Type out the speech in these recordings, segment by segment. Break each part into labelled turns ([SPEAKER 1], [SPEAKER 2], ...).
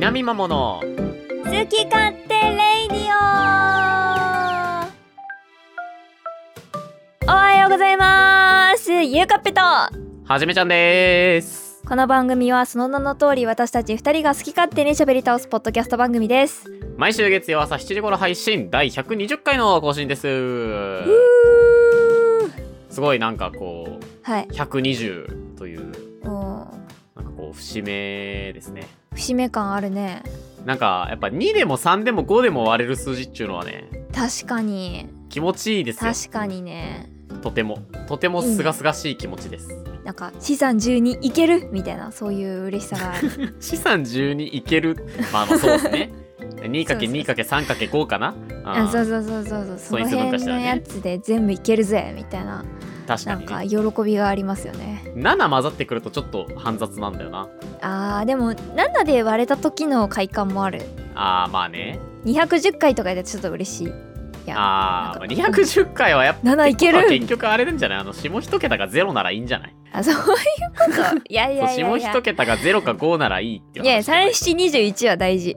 [SPEAKER 1] 南桃の
[SPEAKER 2] 好き勝手レイディオおはようございますゆうかっぺと
[SPEAKER 1] はじめちゃんです
[SPEAKER 2] この番組はその名の通り私たち二人が好き勝手に喋り倒すポッドキャスト番組です
[SPEAKER 1] 毎週月曜朝7時頃配信第120回の更新ですすごいなんかこ
[SPEAKER 2] はいう
[SPEAKER 1] 120という
[SPEAKER 2] おー
[SPEAKER 1] なんかこう節目ですね
[SPEAKER 2] 節目感あるね
[SPEAKER 1] なんかやっぱ2でも3でも5でも割れる数字っていうのはね
[SPEAKER 2] 確かに
[SPEAKER 1] 気持ちいいですよ
[SPEAKER 2] 確かにね
[SPEAKER 1] とてもとてもすがすがしい気持ちです、
[SPEAKER 2] なんか資産12いけるみたいなそういう嬉しさが ある
[SPEAKER 1] 資産12いけるまあまあそうですね 2×2×3×5 かな
[SPEAKER 2] あ
[SPEAKER 1] あ
[SPEAKER 2] そうそうそうそうそうそ
[SPEAKER 1] そう
[SPEAKER 2] の
[SPEAKER 1] いう人なんか
[SPEAKER 2] 辺
[SPEAKER 1] したら
[SPEAKER 2] の
[SPEAKER 1] ね
[SPEAKER 2] やつで全部いけるぜみたいな
[SPEAKER 1] 確か
[SPEAKER 2] なん
[SPEAKER 1] に、
[SPEAKER 2] か
[SPEAKER 1] ね、
[SPEAKER 2] 喜びがありますよね
[SPEAKER 1] 7混ざってくるとちょっと煩雑なんだよな
[SPEAKER 2] あーでも7で割れた時の快感もある
[SPEAKER 1] あーまあね
[SPEAKER 2] 210回とかでちょっと嬉しいいや
[SPEAKER 1] あー、
[SPEAKER 2] な
[SPEAKER 1] ま
[SPEAKER 2] ん
[SPEAKER 1] あ、
[SPEAKER 2] か
[SPEAKER 1] 210回はやっぱ
[SPEAKER 2] 7いけ
[SPEAKER 1] まあ
[SPEAKER 2] る
[SPEAKER 1] 結局あれなんじゃないあの下一桁が0ならいいんじゃない
[SPEAKER 2] あそういうこと いやいやいや
[SPEAKER 1] そう
[SPEAKER 2] いや
[SPEAKER 1] 下一桁が0か5ならいいって
[SPEAKER 2] いや
[SPEAKER 1] 話じゃない
[SPEAKER 2] 3721は大事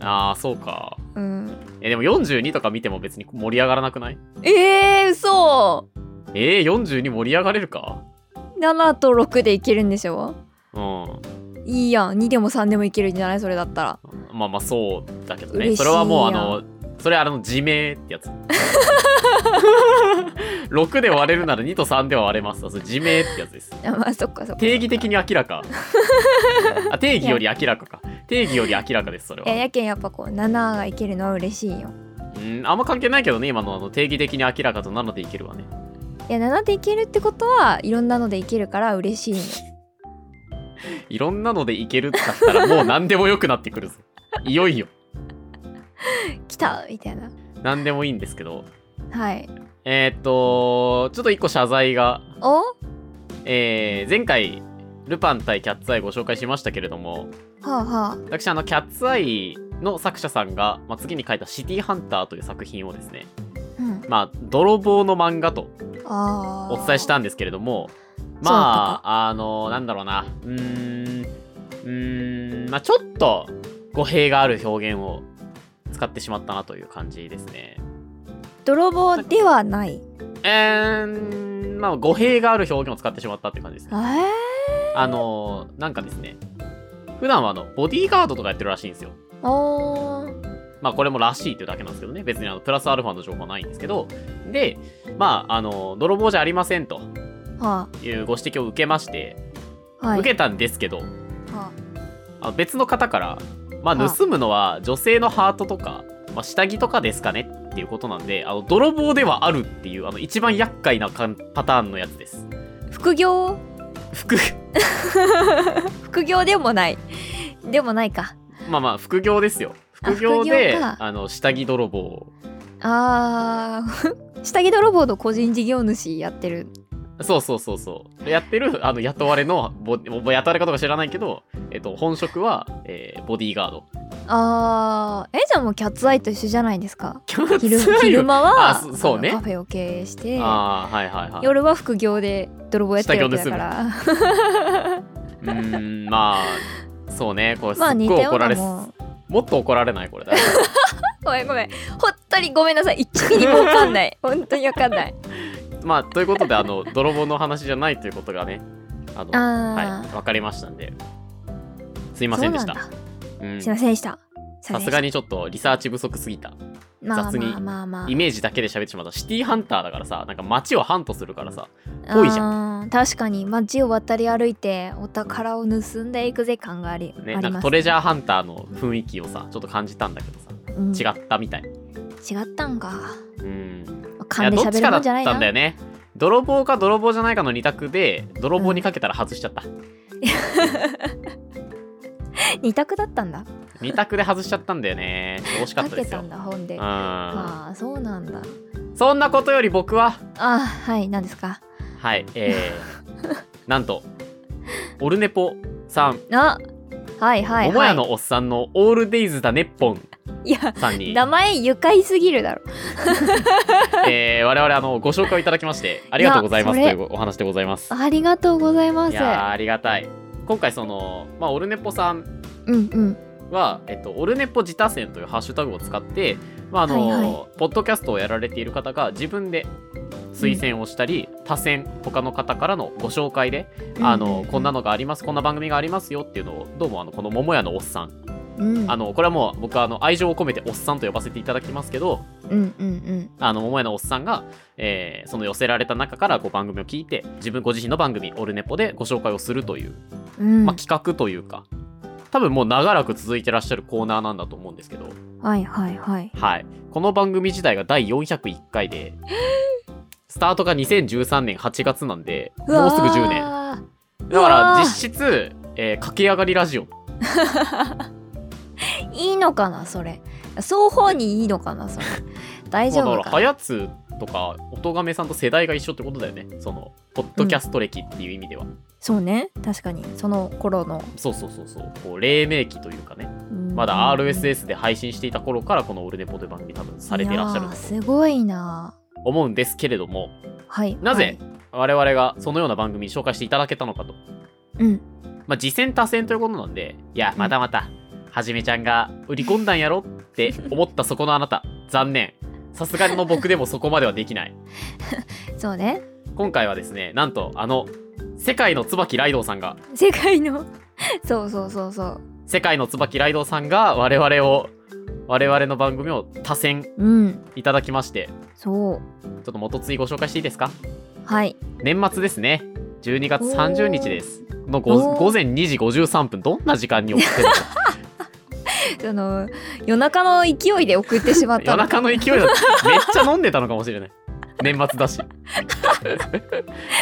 [SPEAKER 1] ああそうか
[SPEAKER 2] うん
[SPEAKER 1] えでも42とか見ても別に盛り上がらなくない
[SPEAKER 2] えー、嘘
[SPEAKER 1] えー、42盛り上がれるか
[SPEAKER 2] 7と6でいけるんでしょ
[SPEAKER 1] うん
[SPEAKER 2] いいやん2でも3でもいけるんじゃないそれだったら
[SPEAKER 1] まあまあそうだけど
[SPEAKER 2] 嬉しいや
[SPEAKER 1] ね
[SPEAKER 2] ん
[SPEAKER 1] それはもうあのそれあの自明って やつ6で割れるなら2と3では割れますそれ自明ってやつです
[SPEAKER 2] あまあそっかそっか
[SPEAKER 1] 定義的に明らかあ定義より明らかか定義より明らかですそれ
[SPEAKER 2] いや
[SPEAKER 1] は
[SPEAKER 2] やけんやっぱこう7がいけるのは嬉しいよ
[SPEAKER 1] うんあんま関係ないけどね今のあの定義的に明らかとなのでいけるわね
[SPEAKER 2] いや7でいけるってことはいろんなのでいけるから嬉しいの
[SPEAKER 1] いろんなのでいけるだったらもう何でもよくなってくるぞいよいよ
[SPEAKER 2] 来たみたいな
[SPEAKER 1] 何でもいいんですけど
[SPEAKER 2] はい
[SPEAKER 1] えー、っとちょっと一個謝罪が
[SPEAKER 2] おは
[SPEAKER 1] えー前回ルパン対キャッツアイご紹介しましたけれども
[SPEAKER 2] あはあ
[SPEAKER 1] 私あのキャッツアイの作者さんが、まあ、次に書いた「シティハンター」という作品をですね
[SPEAKER 2] うん
[SPEAKER 1] まあ泥棒の漫画と
[SPEAKER 2] あ
[SPEAKER 1] お伝えしたんですけれども
[SPEAKER 2] そうだ
[SPEAKER 1] まああのなんだろうなうーんうーんまあちょっと語弊がある表現を使ってしまったなという感じですね
[SPEAKER 2] 泥棒ではない
[SPEAKER 1] えーんまあ語弊がある表現を使ってしまったっていう感じです
[SPEAKER 2] え
[SPEAKER 1] ね
[SPEAKER 2] ー、
[SPEAKER 1] あのなんかですね普段はあのボディーガードとかやってるらしいんですよ
[SPEAKER 2] おー
[SPEAKER 1] まあこれもらしいというだけなんですけどね別にあのプラスアルファの情報はないんですけどでまああの泥棒じゃありませんと
[SPEAKER 2] は
[SPEAKER 1] いうご指摘を受けまして、
[SPEAKER 2] あはい
[SPEAKER 1] 受けたんですけど
[SPEAKER 2] は
[SPEAKER 1] あ別の方から、まあ、
[SPEAKER 2] はあ
[SPEAKER 1] 盗むのは女性のハートとか、まあ、下着とかですかねっていうことなんであの泥棒ではあるっていうあの一番厄介なかんパターンのやつです
[SPEAKER 2] あ副業
[SPEAKER 1] 副
[SPEAKER 2] 副業でもないでもないか
[SPEAKER 1] まあまあ副業ですよ
[SPEAKER 2] あ
[SPEAKER 1] 副業で
[SPEAKER 2] 副業
[SPEAKER 1] あ
[SPEAKER 2] か
[SPEAKER 1] の下着泥棒
[SPEAKER 2] あー 下着泥棒の個人事業主やってる
[SPEAKER 1] そうそうそうそうやってるあの雇われのボぼ雇われかどうか知らないけど、えっと、本職は、えーボディーガード
[SPEAKER 2] あーえじゃあもうキャッツアイと一緒じゃないですか
[SPEAKER 1] キャッ
[SPEAKER 2] 昼
[SPEAKER 1] ツアイ
[SPEAKER 2] 昼
[SPEAKER 1] は
[SPEAKER 2] 間は
[SPEAKER 1] あそそうね
[SPEAKER 2] あのカフェを経営して
[SPEAKER 1] ああはいはいはい
[SPEAKER 2] 夜は副業で泥棒やってるわけだから
[SPEAKER 1] うーんまあそうねこれすっ
[SPEAKER 2] まあ似
[SPEAKER 1] ご
[SPEAKER 2] た
[SPEAKER 1] い
[SPEAKER 2] よ
[SPEAKER 1] 怒
[SPEAKER 2] う
[SPEAKER 1] ら
[SPEAKER 2] な
[SPEAKER 1] れ
[SPEAKER 2] もん
[SPEAKER 1] もっと怒られないこれだ
[SPEAKER 2] ごめんごめん本当にごめんなさい一気にもわかん ない本当にわかんない
[SPEAKER 1] まあということであの泥棒の話じゃないということがねあの
[SPEAKER 2] あ
[SPEAKER 1] はい
[SPEAKER 2] ー
[SPEAKER 1] 分かりましたんですいませ
[SPEAKER 2] そうん
[SPEAKER 1] でし
[SPEAKER 2] なん
[SPEAKER 1] た
[SPEAKER 2] だ
[SPEAKER 1] うん
[SPEAKER 2] すいませんでした
[SPEAKER 1] さすが
[SPEAKER 2] に
[SPEAKER 1] にちょっとリサーチ不足すぎた雑に
[SPEAKER 2] まあまあまあ、
[SPEAKER 1] イメージだけで喋ってしまったシティーハンターだからさなんか街をハントするからさ
[SPEAKER 2] まあ、
[SPEAKER 1] 多いじ
[SPEAKER 2] ゃん確かに街を渡り歩いてお宝を盗んでいくぜ感があり,、
[SPEAKER 1] ねな
[SPEAKER 2] あり
[SPEAKER 1] んか
[SPEAKER 2] ま
[SPEAKER 1] ト
[SPEAKER 2] す
[SPEAKER 1] レジャーハンターの雰囲気をさちょっと感じたんだけどさ
[SPEAKER 2] うん違
[SPEAKER 1] 違ったみたい
[SPEAKER 2] ったんか
[SPEAKER 1] うんい
[SPEAKER 2] 勘
[SPEAKER 1] や
[SPEAKER 2] で
[SPEAKER 1] どっちか
[SPEAKER 2] 喋る
[SPEAKER 1] だ
[SPEAKER 2] も
[SPEAKER 1] っ
[SPEAKER 2] んじゃない
[SPEAKER 1] た
[SPEAKER 2] なん
[SPEAKER 1] だよね泥棒か泥棒じゃないかの二択で泥棒にかけたら外しちゃった、
[SPEAKER 2] 二択だったんだ
[SPEAKER 1] 二択で外しちゃったんだよね惜しか
[SPEAKER 2] か
[SPEAKER 1] ったで
[SPEAKER 2] け
[SPEAKER 1] す
[SPEAKER 2] た
[SPEAKER 1] よ
[SPEAKER 2] んだ本で、
[SPEAKER 1] う
[SPEAKER 2] ああそうなんだ
[SPEAKER 1] んそんなことより僕は
[SPEAKER 2] あーはい何ですか
[SPEAKER 1] はいえ ー、なんとオルネポさん、
[SPEAKER 2] あはいはいはい
[SPEAKER 1] 桃屋のおっさんの「オールデイズだねっぽん」
[SPEAKER 2] いや
[SPEAKER 1] さんに、
[SPEAKER 2] 名前愉快すぎるだろ
[SPEAKER 1] えー、我々あのご紹介をいただきましてありがとうございますと
[SPEAKER 2] いや
[SPEAKER 1] い
[SPEAKER 2] そう
[SPEAKER 1] お話でございます。
[SPEAKER 2] ありがとうございま
[SPEAKER 1] い
[SPEAKER 2] す
[SPEAKER 1] やーありがたい。今回その、まあ、オルネポさん
[SPEAKER 2] うんうん
[SPEAKER 1] は、えっと、オルネポ自他戦というハッシュタグを使って、まああの
[SPEAKER 2] はいは
[SPEAKER 1] ポッドキャストをやられている方が自分で推薦をしたり、他選他の方からのご紹介で、あのこんなのがありますこんな番組がありますよっていうのをどうもあのこの桃屋のおっさん
[SPEAKER 2] うん
[SPEAKER 1] あのこれはもう僕はあの愛情を込めておっさんと呼ばせていただきますけど
[SPEAKER 2] うんうん
[SPEAKER 1] あの桃屋のおっさんが、えーその寄せられた中からこう番組を聞いて自分ご自身の番組「オルネポ」でご紹介をするという、
[SPEAKER 2] うんうん
[SPEAKER 1] まあ、企画というか多分もう長らく続いてらっしゃるコーナーなんだと思うんですけど、
[SPEAKER 2] はいはいはい
[SPEAKER 1] はい、この番組自体が第401回 でスタートが2013年8月なんでもうすぐ10年
[SPEAKER 2] 年
[SPEAKER 1] だか
[SPEAKER 2] うわ
[SPEAKER 1] ら
[SPEAKER 2] ー
[SPEAKER 1] 実質、えー駆け上がりラジオ
[SPEAKER 2] いいのかなそれ双方にいいのかな それ大丈
[SPEAKER 1] まあ
[SPEAKER 2] 夫
[SPEAKER 1] だ
[SPEAKER 2] か
[SPEAKER 1] から
[SPEAKER 2] な
[SPEAKER 1] はつとか音がめさんと世代が一緒ってことだよねそのポッドキャスト歴っていう意味では、
[SPEAKER 2] そうね確かにその頃の、
[SPEAKER 1] そうそうそうそうこう黎明期というかね
[SPEAKER 2] うん
[SPEAKER 1] まだ RSS で配信していた頃からこの「オルネポ」で番組多分されてらっしゃる
[SPEAKER 2] いやー
[SPEAKER 1] と
[SPEAKER 2] すごいな
[SPEAKER 1] 思うんですけれども
[SPEAKER 2] はい
[SPEAKER 1] なぜ、我々がそのような番組に紹介していただけたのかと
[SPEAKER 2] はいうん
[SPEAKER 1] まあ次戦多戦ということなんでいやまたまたはじめちゃんが売り込んだんやろって思ったそこのあなた残念さすがの僕でもそこまではできない
[SPEAKER 2] そうね
[SPEAKER 1] 今回はですねなんとあの世界の椿ライドウさんが
[SPEAKER 2] 世界の そうそうそうそう
[SPEAKER 1] 世界の椿ライドウさんが我々を我々の番組を多選
[SPEAKER 2] うん
[SPEAKER 1] いただきまして
[SPEAKER 2] そう
[SPEAKER 1] ちょっと元継ご紹介していいですか
[SPEAKER 2] はい
[SPEAKER 1] 年末ですね12月30日ですのご
[SPEAKER 2] おー
[SPEAKER 1] 午前2時53分どんな時間に送ってるの
[SPEAKER 2] その夜中の勢いで送ってしまっ た
[SPEAKER 1] 夜中の勢いだめっちゃ飲んでたのかもしれない年末だし、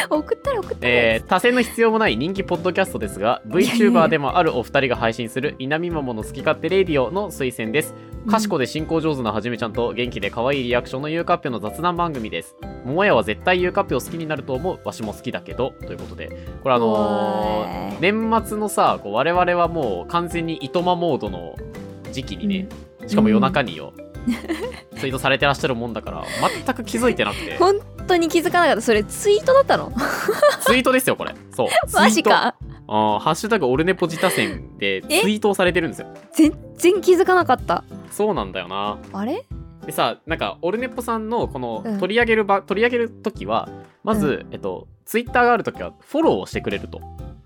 [SPEAKER 2] 送ったら送ったら、
[SPEAKER 1] えー、多選の必要もない人気ポッドキャストですが VTuber でもあるお二人が配信する「稲見桃の好き勝手レディオ」の推薦です賢
[SPEAKER 2] で
[SPEAKER 1] で進行上手なはじめちゃんと元気で可愛いリアクションのゆうかっぺの雑談番組です。桃屋は絶対ゆうかっぺを好きになると思う。わしも好きだけど。ということで、これあのー年末のさ、こう我々はもう完全にいとまモードの時期にね、しかも夜中によ、ツイートされてらっしゃるもんだから、全く気づいてなく て、
[SPEAKER 2] 本当に気づかなかったそれツイートだったの
[SPEAKER 1] ツイートですよ、これ。そう。ツイート
[SPEAKER 2] マジ。か
[SPEAKER 1] あーハッシュタグオルネポジタ戦でツイートをされてるんですよ。
[SPEAKER 2] 全然気づかなかった
[SPEAKER 1] そうなんだよな。
[SPEAKER 2] あれ
[SPEAKER 1] でさなんかオルネポさんのこの
[SPEAKER 2] うん
[SPEAKER 1] 取り上げる場、取り上げる時はまず、えっとツイッターがある時はフォローをしてくれると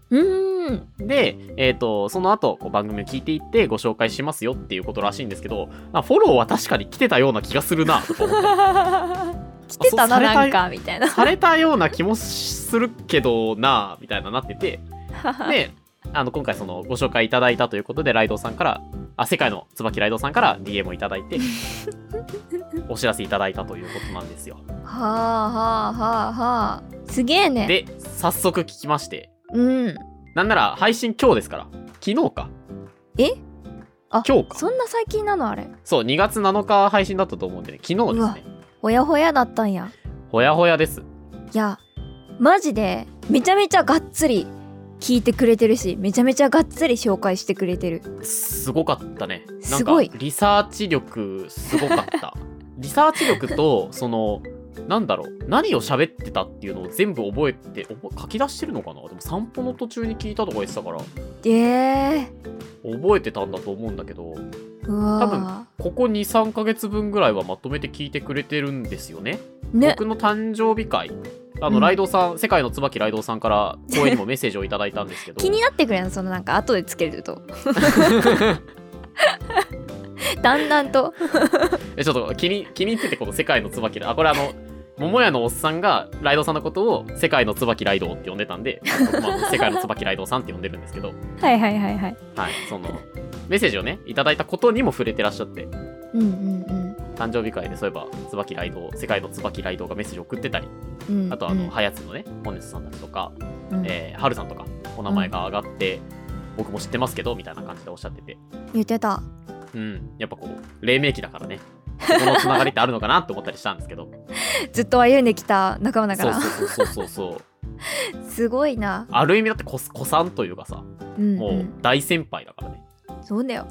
[SPEAKER 2] うーん
[SPEAKER 1] で、えっとその後こう番組を聞いていってご紹介しますよっていうことらしいんですけどあフォローは確かに来てたような気がする なとか思っ
[SPEAKER 2] 来てた
[SPEAKER 1] あそうさ
[SPEAKER 2] な
[SPEAKER 1] れたい
[SPEAKER 2] なんかみたいな
[SPEAKER 1] てされたような気もするけどなみたいななってて であの今回そのご紹介いただいたということでライドウさんからあ世界の椿ライドウさんから DM をいただいてお知らせいただいたということなんですよ。
[SPEAKER 2] はあはあはあはあすげえね
[SPEAKER 1] で早速聞きまして
[SPEAKER 2] うん
[SPEAKER 1] なんなら配信今日ですから昨日か
[SPEAKER 2] えあ
[SPEAKER 1] 今日か
[SPEAKER 2] そんな最近なのあれ
[SPEAKER 1] そう2月7日配信だったと思うんでね昨日ですね
[SPEAKER 2] ほやほやだったんや
[SPEAKER 1] ほやほやです
[SPEAKER 2] いやマジでめちゃめちゃがっつり聞いてくれてるしめちゃめちゃがっつり紹介してくれてる
[SPEAKER 1] すごかったねなん
[SPEAKER 2] す
[SPEAKER 1] か
[SPEAKER 2] ごい
[SPEAKER 1] リサーチ力すごかった リサーチ力とそのなんだろう何を喋ってたっていうのを全部覚えて覚え書き出してるのかなでも散歩の途中に聞いたとか言ってたから
[SPEAKER 2] ええ
[SPEAKER 1] 覚えてたんだと思うんだけど
[SPEAKER 2] ー、う
[SPEAKER 1] 多
[SPEAKER 2] わ
[SPEAKER 1] ここ23ヶ月分ぐらいはまとめて聞いてくれてるんですよね
[SPEAKER 2] ーね
[SPEAKER 1] 僕の誕生日会あの、
[SPEAKER 2] うん
[SPEAKER 1] ライドウさん世界の椿ライドウさんから公演にもメッセージをいただいたんですけど
[SPEAKER 2] 気になってくれんそのなんか後でつけ ると だんだんと
[SPEAKER 1] えちょっと気に気に入っててこの世界の椿ラあこれあの桃屋のおっさんがライドウさんのことを世界の椿ライドウって呼んでたん で、まあ、世界の椿ライドウさんって呼んでるんですけど
[SPEAKER 2] はいはいはいはい
[SPEAKER 1] はいそのメッセージをねいただいたことにも触れてらっしゃって
[SPEAKER 2] うんうんうん
[SPEAKER 1] 誕生日会でそういえば椿ライドウ世界の椿ライドウがメッセージを送ってたり
[SPEAKER 2] うん
[SPEAKER 1] あとあの、ハヤツのね本熱さんたちとか
[SPEAKER 2] うん
[SPEAKER 1] えー、はるさんとかお名前が上がって、僕も知ってますけどみたいな感じでおっしゃってて、
[SPEAKER 2] 言ってた
[SPEAKER 1] うん、やっぱこう黎明期だからねこのつながりってあるのかなって思ったりしたんですけど
[SPEAKER 2] ずっと歩んできた仲 間だか
[SPEAKER 1] そう
[SPEAKER 2] ら
[SPEAKER 1] そうそうそうそう
[SPEAKER 2] すごいな
[SPEAKER 1] ある意味だって子子さんというかさ
[SPEAKER 2] うん、
[SPEAKER 1] もう大先輩だからね、
[SPEAKER 2] そうだよ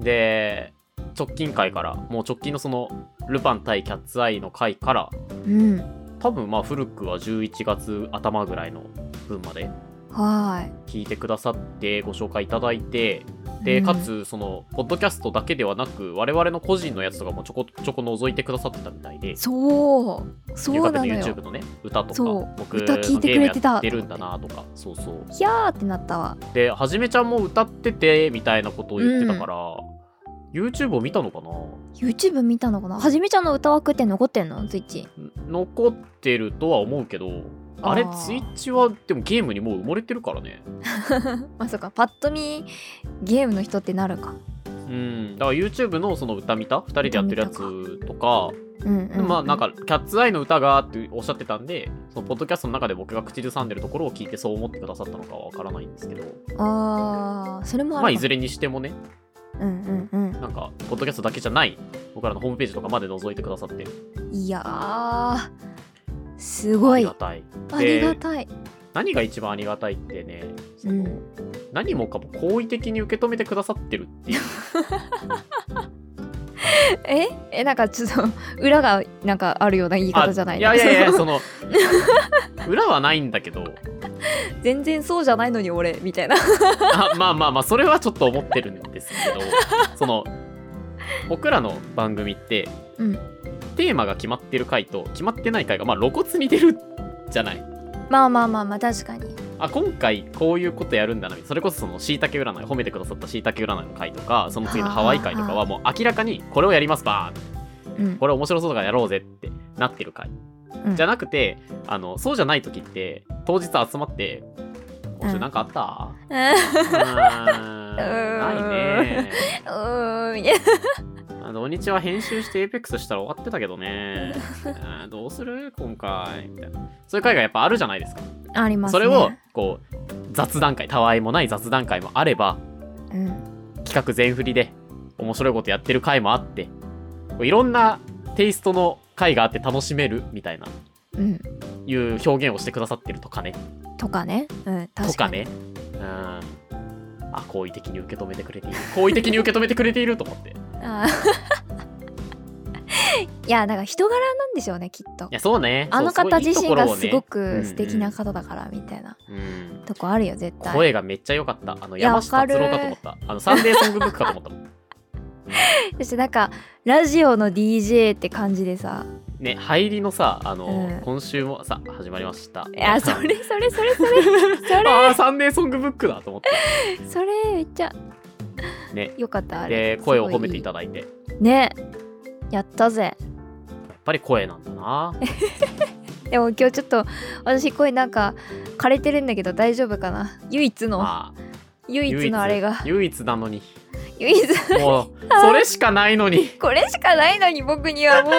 [SPEAKER 1] で直近回からもう直近のそのルパン対キャッツアイの回から
[SPEAKER 2] うん
[SPEAKER 1] 多分まあ古くは11月頭ぐらいの分まで
[SPEAKER 2] は
[SPEAKER 1] 聞いてくださってご紹介いただいて
[SPEAKER 2] い
[SPEAKER 1] で
[SPEAKER 2] うん
[SPEAKER 1] かつそのポッドキャストだけではなく我々の個人のやつとかもちょこちょこ覗いてくださってたみたいで
[SPEAKER 2] そう
[SPEAKER 1] ゆ
[SPEAKER 2] そう
[SPEAKER 1] かぺ
[SPEAKER 2] な
[SPEAKER 1] の
[SPEAKER 2] のよ
[SPEAKER 1] YouTube のね歌とか
[SPEAKER 2] そう
[SPEAKER 1] 僕
[SPEAKER 2] 歌聞いてくれて
[SPEAKER 1] ゲ
[SPEAKER 2] た
[SPEAKER 1] ームやってるんだなとかそうそう
[SPEAKER 2] ひゃーってなったわ
[SPEAKER 1] ではじめちゃんも歌っててみたいなことを言ってたから、YouTube を見たのかな
[SPEAKER 2] YouTube 見たのかなはじめちゃんの歌枠って残ってんのツイッチ
[SPEAKER 1] 残ってるとは思うけどあれ
[SPEAKER 2] あー
[SPEAKER 1] ツイッチはでもゲームにもう埋もれてるからね
[SPEAKER 2] まさかパッと見ゲームの人ってなるか
[SPEAKER 1] うんだから YouTube のその歌見た2人でやってるやつとか
[SPEAKER 2] うん、うん、
[SPEAKER 1] まあなんか「キャッツアイの歌が」っておっしゃってたんでそのポッドキャストの中で僕が口ずさんでるところを聞いてそう思ってくださったのかは分からないんですけど
[SPEAKER 2] あーそれもある
[SPEAKER 1] まあいず
[SPEAKER 2] れ
[SPEAKER 1] れにしてもね
[SPEAKER 2] うんうん
[SPEAKER 1] なんかポッドキャストだけじゃない僕らのホームページとかまで覗いてくださって
[SPEAKER 2] うんいやーす
[SPEAKER 1] あ
[SPEAKER 2] ご
[SPEAKER 1] り
[SPEAKER 2] い
[SPEAKER 1] がたい
[SPEAKER 2] ありがたい
[SPEAKER 1] 何が一番ありがたいってねその、
[SPEAKER 2] うん
[SPEAKER 1] 何もかも好意的に受け止めてくださってるっていう
[SPEAKER 2] ええなんかちょっと 裏がなんかあるような言い方じゃない
[SPEAKER 1] あ
[SPEAKER 2] の
[SPEAKER 1] いやいやい やその裏はないんだけど
[SPEAKER 2] 全然そうじゃないのに俺みたいな
[SPEAKER 1] あまあまあまあそれはちょっと思ってるんですけどその僕らの番組って、
[SPEAKER 2] うん
[SPEAKER 1] テーマが決まってる回と決まってない回がまあ露骨に出るじゃない
[SPEAKER 2] まあまあまあまあ確かに
[SPEAKER 1] あ今回こういうことやるんだなそれこそそのしいたけ占い褒めてくださったしいたけ占いの回とかその次のハワイ回とかはもう明らかにこれをやりますバーン
[SPEAKER 2] うん
[SPEAKER 1] これ面白そうだからやろうぜってなってる回
[SPEAKER 2] うん
[SPEAKER 1] じゃなくてあのそうじゃない時って当日集まって「今週
[SPEAKER 2] うん
[SPEAKER 1] なんかあった
[SPEAKER 2] うん
[SPEAKER 1] あー
[SPEAKER 2] う
[SPEAKER 1] な
[SPEAKER 2] ーん
[SPEAKER 1] いね
[SPEAKER 2] うーんいや
[SPEAKER 1] あ土日は編集してエイペックスしたら終わってたけどねあーどうする今回」みたいなそういう回がやっぱあるじゃないですか
[SPEAKER 2] あります
[SPEAKER 1] そ
[SPEAKER 2] ね
[SPEAKER 1] れをこう雑談会たわいもない雑談会もあれば
[SPEAKER 2] うん
[SPEAKER 1] 企画全振りで面白いことやってる回もあってこういろんなテイストの回があって楽しめるみたいな
[SPEAKER 2] うん
[SPEAKER 1] いう表現をしてくださってるとかね
[SPEAKER 2] とかねうん確かに
[SPEAKER 1] とかねうんあ好意的に受け止めてくれている好意的に受け止めてくれていると思ってい
[SPEAKER 2] あー いやだから人柄なんでしょうねきっと
[SPEAKER 1] やそうね
[SPEAKER 2] あの
[SPEAKER 1] そうそ
[SPEAKER 2] 方
[SPEAKER 1] ういい
[SPEAKER 2] 自
[SPEAKER 1] と
[SPEAKER 2] 身
[SPEAKER 1] ころ
[SPEAKER 2] が
[SPEAKER 1] をね
[SPEAKER 2] すご
[SPEAKER 1] うん
[SPEAKER 2] く素敵な方だからみたいな
[SPEAKER 1] うん
[SPEAKER 2] とこあるよ絶対
[SPEAKER 1] 声がめっちゃ良かったあの
[SPEAKER 2] いや
[SPEAKER 1] 山下
[SPEAKER 2] わか
[SPEAKER 1] 達
[SPEAKER 2] る
[SPEAKER 1] 郎かと思ったあのサンデーソングブックかと思ったもん
[SPEAKER 2] そしてなんかラジオの DJ って感じでさ
[SPEAKER 1] ね入りのさあの、
[SPEAKER 2] うん
[SPEAKER 1] 今週もさ始まりました
[SPEAKER 2] いやそれそれそれそれ それ
[SPEAKER 1] あーサンデーソングブックだと思って
[SPEAKER 2] それめっちゃ
[SPEAKER 1] ね
[SPEAKER 2] よかったあれ
[SPEAKER 1] で声を褒めてい
[SPEAKER 2] だ
[SPEAKER 1] ただいてやっ
[SPEAKER 2] ねやったぜ
[SPEAKER 1] ぱり声なんだな
[SPEAKER 2] でも今日ちょっと私声なんか枯れてるんだけど大丈夫かな唯一の
[SPEAKER 1] まあ
[SPEAKER 2] 唯一のあれが
[SPEAKER 1] 唯一なの に
[SPEAKER 2] 唯一
[SPEAKER 1] もうそれしかないのに
[SPEAKER 2] これしかないのに僕にはもう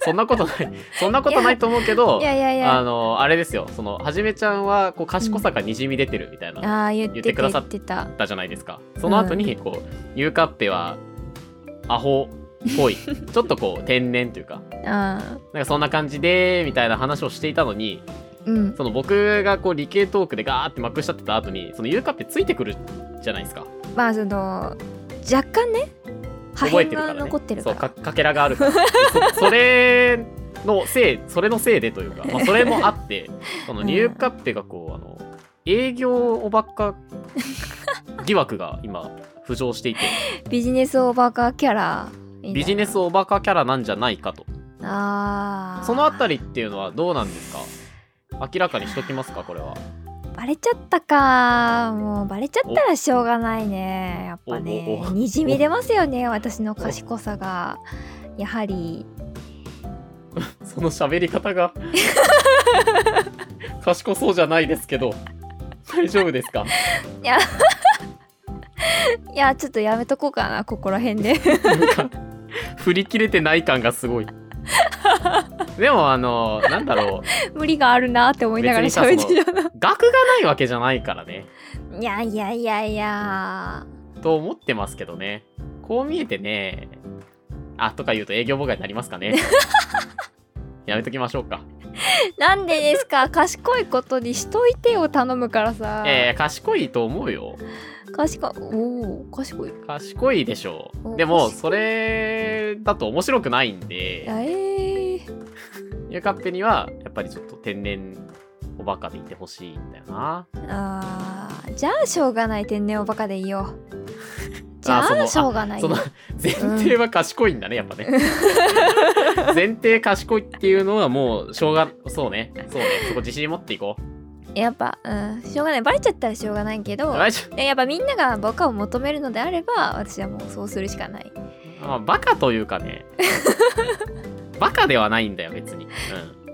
[SPEAKER 1] そんなことないそんなことないと思うけど
[SPEAKER 2] いやいやい
[SPEAKER 1] あ
[SPEAKER 2] や
[SPEAKER 1] のあれですよそのはじめちゃんはこう賢さがにじみ出てるみたいな、
[SPEAKER 2] あ
[SPEAKER 1] だっ
[SPEAKER 2] ー言って
[SPEAKER 1] 言ってくだ
[SPEAKER 2] た
[SPEAKER 1] さ
[SPEAKER 2] 言
[SPEAKER 1] っ
[SPEAKER 2] ってた
[SPEAKER 1] たじゃないですかその後にこう「ゆうかっぺはアホっ ぽいちょっとこう天然というか
[SPEAKER 2] あ
[SPEAKER 1] なんかそんな感じで」みたいな話をしていたのに
[SPEAKER 2] ーうん
[SPEAKER 1] その僕がこう理系トークでガーってまくしちゃってた後にそのゆうかっぺついてくるじゃないですか
[SPEAKER 2] まあその若干ね破
[SPEAKER 1] 覚え
[SPEAKER 2] 片
[SPEAKER 1] てるから
[SPEAKER 2] が
[SPEAKER 1] ね
[SPEAKER 2] 残ってる
[SPEAKER 1] そ
[SPEAKER 2] か
[SPEAKER 1] う
[SPEAKER 2] ら
[SPEAKER 1] かかけらがあるからそ それのせいそれのせいでというか、まあ、それもあってその
[SPEAKER 2] うん
[SPEAKER 1] 理由カッペがこうあの営業おばっか疑惑が今浮上してい て
[SPEAKER 2] ビジネスオーバーカーキャラみたいな
[SPEAKER 1] ビジネスおばかキャラなんじゃないかと
[SPEAKER 2] あー
[SPEAKER 1] そのあたりっていうのはどうなんですか明らかにしときますかこれは
[SPEAKER 2] バレちゃったかもうバレちゃったらしょうがないねやっぱ
[SPEAKER 1] お
[SPEAKER 2] ね
[SPEAKER 1] おお
[SPEAKER 2] にじみ出ますよね私の賢さがやはり
[SPEAKER 1] その喋り方 が賢そうじゃないですけど大丈夫ですか
[SPEAKER 2] いやちょっとやめとこうかなここら辺で
[SPEAKER 1] なんか振り切れてない感がすごい。でもあのなんだろ
[SPEAKER 2] 無理があるなって思いながら
[SPEAKER 1] 別に
[SPEAKER 2] 喋
[SPEAKER 1] さ
[SPEAKER 2] ってた
[SPEAKER 1] う額がないわけじゃないからね
[SPEAKER 2] いやいやいやいや
[SPEAKER 1] と思ってますけどねこう見えてねあとか言うと営業妨害になります かねやめときましょうか
[SPEAKER 2] なんで ですか賢いことにしといてよ頼むからさ、
[SPEAKER 1] えー、賢いと思うよ
[SPEAKER 2] 賢いおお賢い
[SPEAKER 1] 賢いでしょ
[SPEAKER 2] お
[SPEAKER 1] うでも
[SPEAKER 2] 賢い
[SPEAKER 1] それだと面白くないんで
[SPEAKER 2] あえー、
[SPEAKER 1] ゆうかっぺにはやっぱりちょっと天然おバカでいてほしいんだよな
[SPEAKER 2] あーじゃあしょうがない天然おバカでい いよじ
[SPEAKER 1] あーそ
[SPEAKER 2] ゃ
[SPEAKER 1] の
[SPEAKER 2] あしょうがない
[SPEAKER 1] その
[SPEAKER 2] よ
[SPEAKER 1] 前提は賢いんだねやっぱね 前提賢いっていうのはもうしょうがそうねそうねそこ自信持っていこう
[SPEAKER 2] やっぱ、うん、しょうがないバレちゃったらしょうがないけど
[SPEAKER 1] 大丈夫
[SPEAKER 2] でやっぱみんながバカを求めるのであれば私はもうそうするしかない
[SPEAKER 1] まあバカというか ねバカではないんだよ別に、う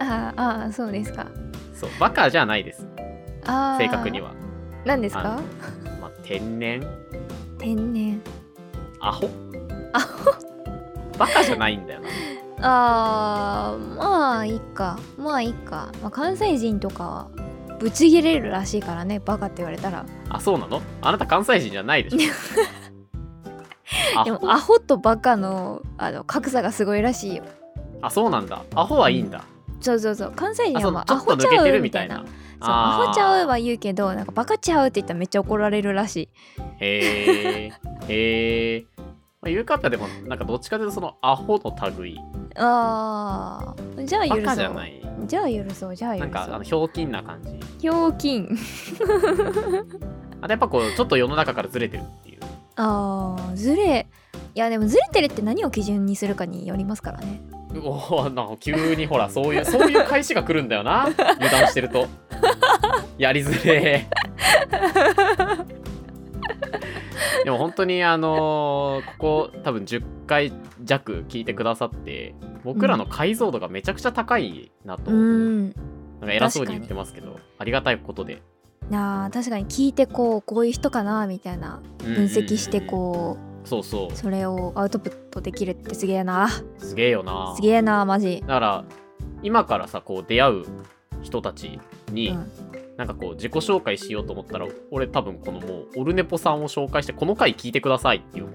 [SPEAKER 2] あーあーそうですか
[SPEAKER 1] ん、そうバカじゃないです
[SPEAKER 2] ああ
[SPEAKER 1] 正確には、
[SPEAKER 2] 何です
[SPEAKER 1] あ
[SPEAKER 2] か
[SPEAKER 1] まあ、天然
[SPEAKER 2] 天然
[SPEAKER 1] アホバカじゃないんだよな
[SPEAKER 2] あーまあいいかまあいいか、まあ、関西人とかはブチギレるらしいからねバカって言われたら
[SPEAKER 1] あそうなのあなた関西人じゃないでしょア
[SPEAKER 2] でも
[SPEAKER 1] ホ
[SPEAKER 2] アホとバカのあの格差がすごいらしいよ
[SPEAKER 1] あそうなんだアホはいいんだ、
[SPEAKER 2] そうそうそう関西
[SPEAKER 1] あ
[SPEAKER 2] 人
[SPEAKER 1] そ
[SPEAKER 2] は
[SPEAKER 1] う
[SPEAKER 2] まあ
[SPEAKER 1] ちょ
[SPEAKER 2] ア
[SPEAKER 1] っと
[SPEAKER 2] ホち
[SPEAKER 1] 抜け
[SPEAKER 2] ゃ
[SPEAKER 1] て
[SPEAKER 2] う
[SPEAKER 1] る
[SPEAKER 2] み
[SPEAKER 1] み
[SPEAKER 2] た
[SPEAKER 1] た
[SPEAKER 2] い
[SPEAKER 1] い
[SPEAKER 2] な
[SPEAKER 1] な
[SPEAKER 2] そう
[SPEAKER 1] あー
[SPEAKER 2] アホちゃうは言うけどなんかバカちゃうって言ったらめっちゃ怒られるらしい
[SPEAKER 1] へえ。へえ。まあ、ゆうかっぺはでも、なんかどっちかというと、そのアホの類。
[SPEAKER 2] あーじゃあ許
[SPEAKER 1] バ
[SPEAKER 2] そう
[SPEAKER 1] カじゃない。
[SPEAKER 2] じゃあ許そうじゃあ許
[SPEAKER 1] なんか、あ
[SPEAKER 2] そ
[SPEAKER 1] の、
[SPEAKER 2] う
[SPEAKER 1] ひょうきんな感じ。
[SPEAKER 2] ひょうきん
[SPEAKER 1] あとやっぱこう、ちょっと世の中からずれてるっていう。
[SPEAKER 2] あーずれいやでもずれてるって何を基準にするかによりますからね
[SPEAKER 1] おお、なんか急にほら、そう いう、そういう返しが来るんだよな。油断してる と。やりづれ え。でも本当にあのーここ多分10回弱聞いてくださって僕らの解像度がめちゃくちゃ高いなと、
[SPEAKER 2] うん
[SPEAKER 1] なんか偉そうに言ってますけどありがたいことで
[SPEAKER 2] あー確かに聞いてこうこういう人かなみたいな分析して
[SPEAKER 1] うんうん
[SPEAKER 2] こ
[SPEAKER 1] うんうんそうそう
[SPEAKER 2] それをアウトプットできるってすげえなす
[SPEAKER 1] すげえよな
[SPEAKER 2] げえなマジ、
[SPEAKER 1] だから今からさこう出会う人たちに、
[SPEAKER 2] うん
[SPEAKER 1] なんかこう自己紹介しようと思ったら俺多分このもうオルネポさんを紹介してこの回聞いてくださいっ ていうも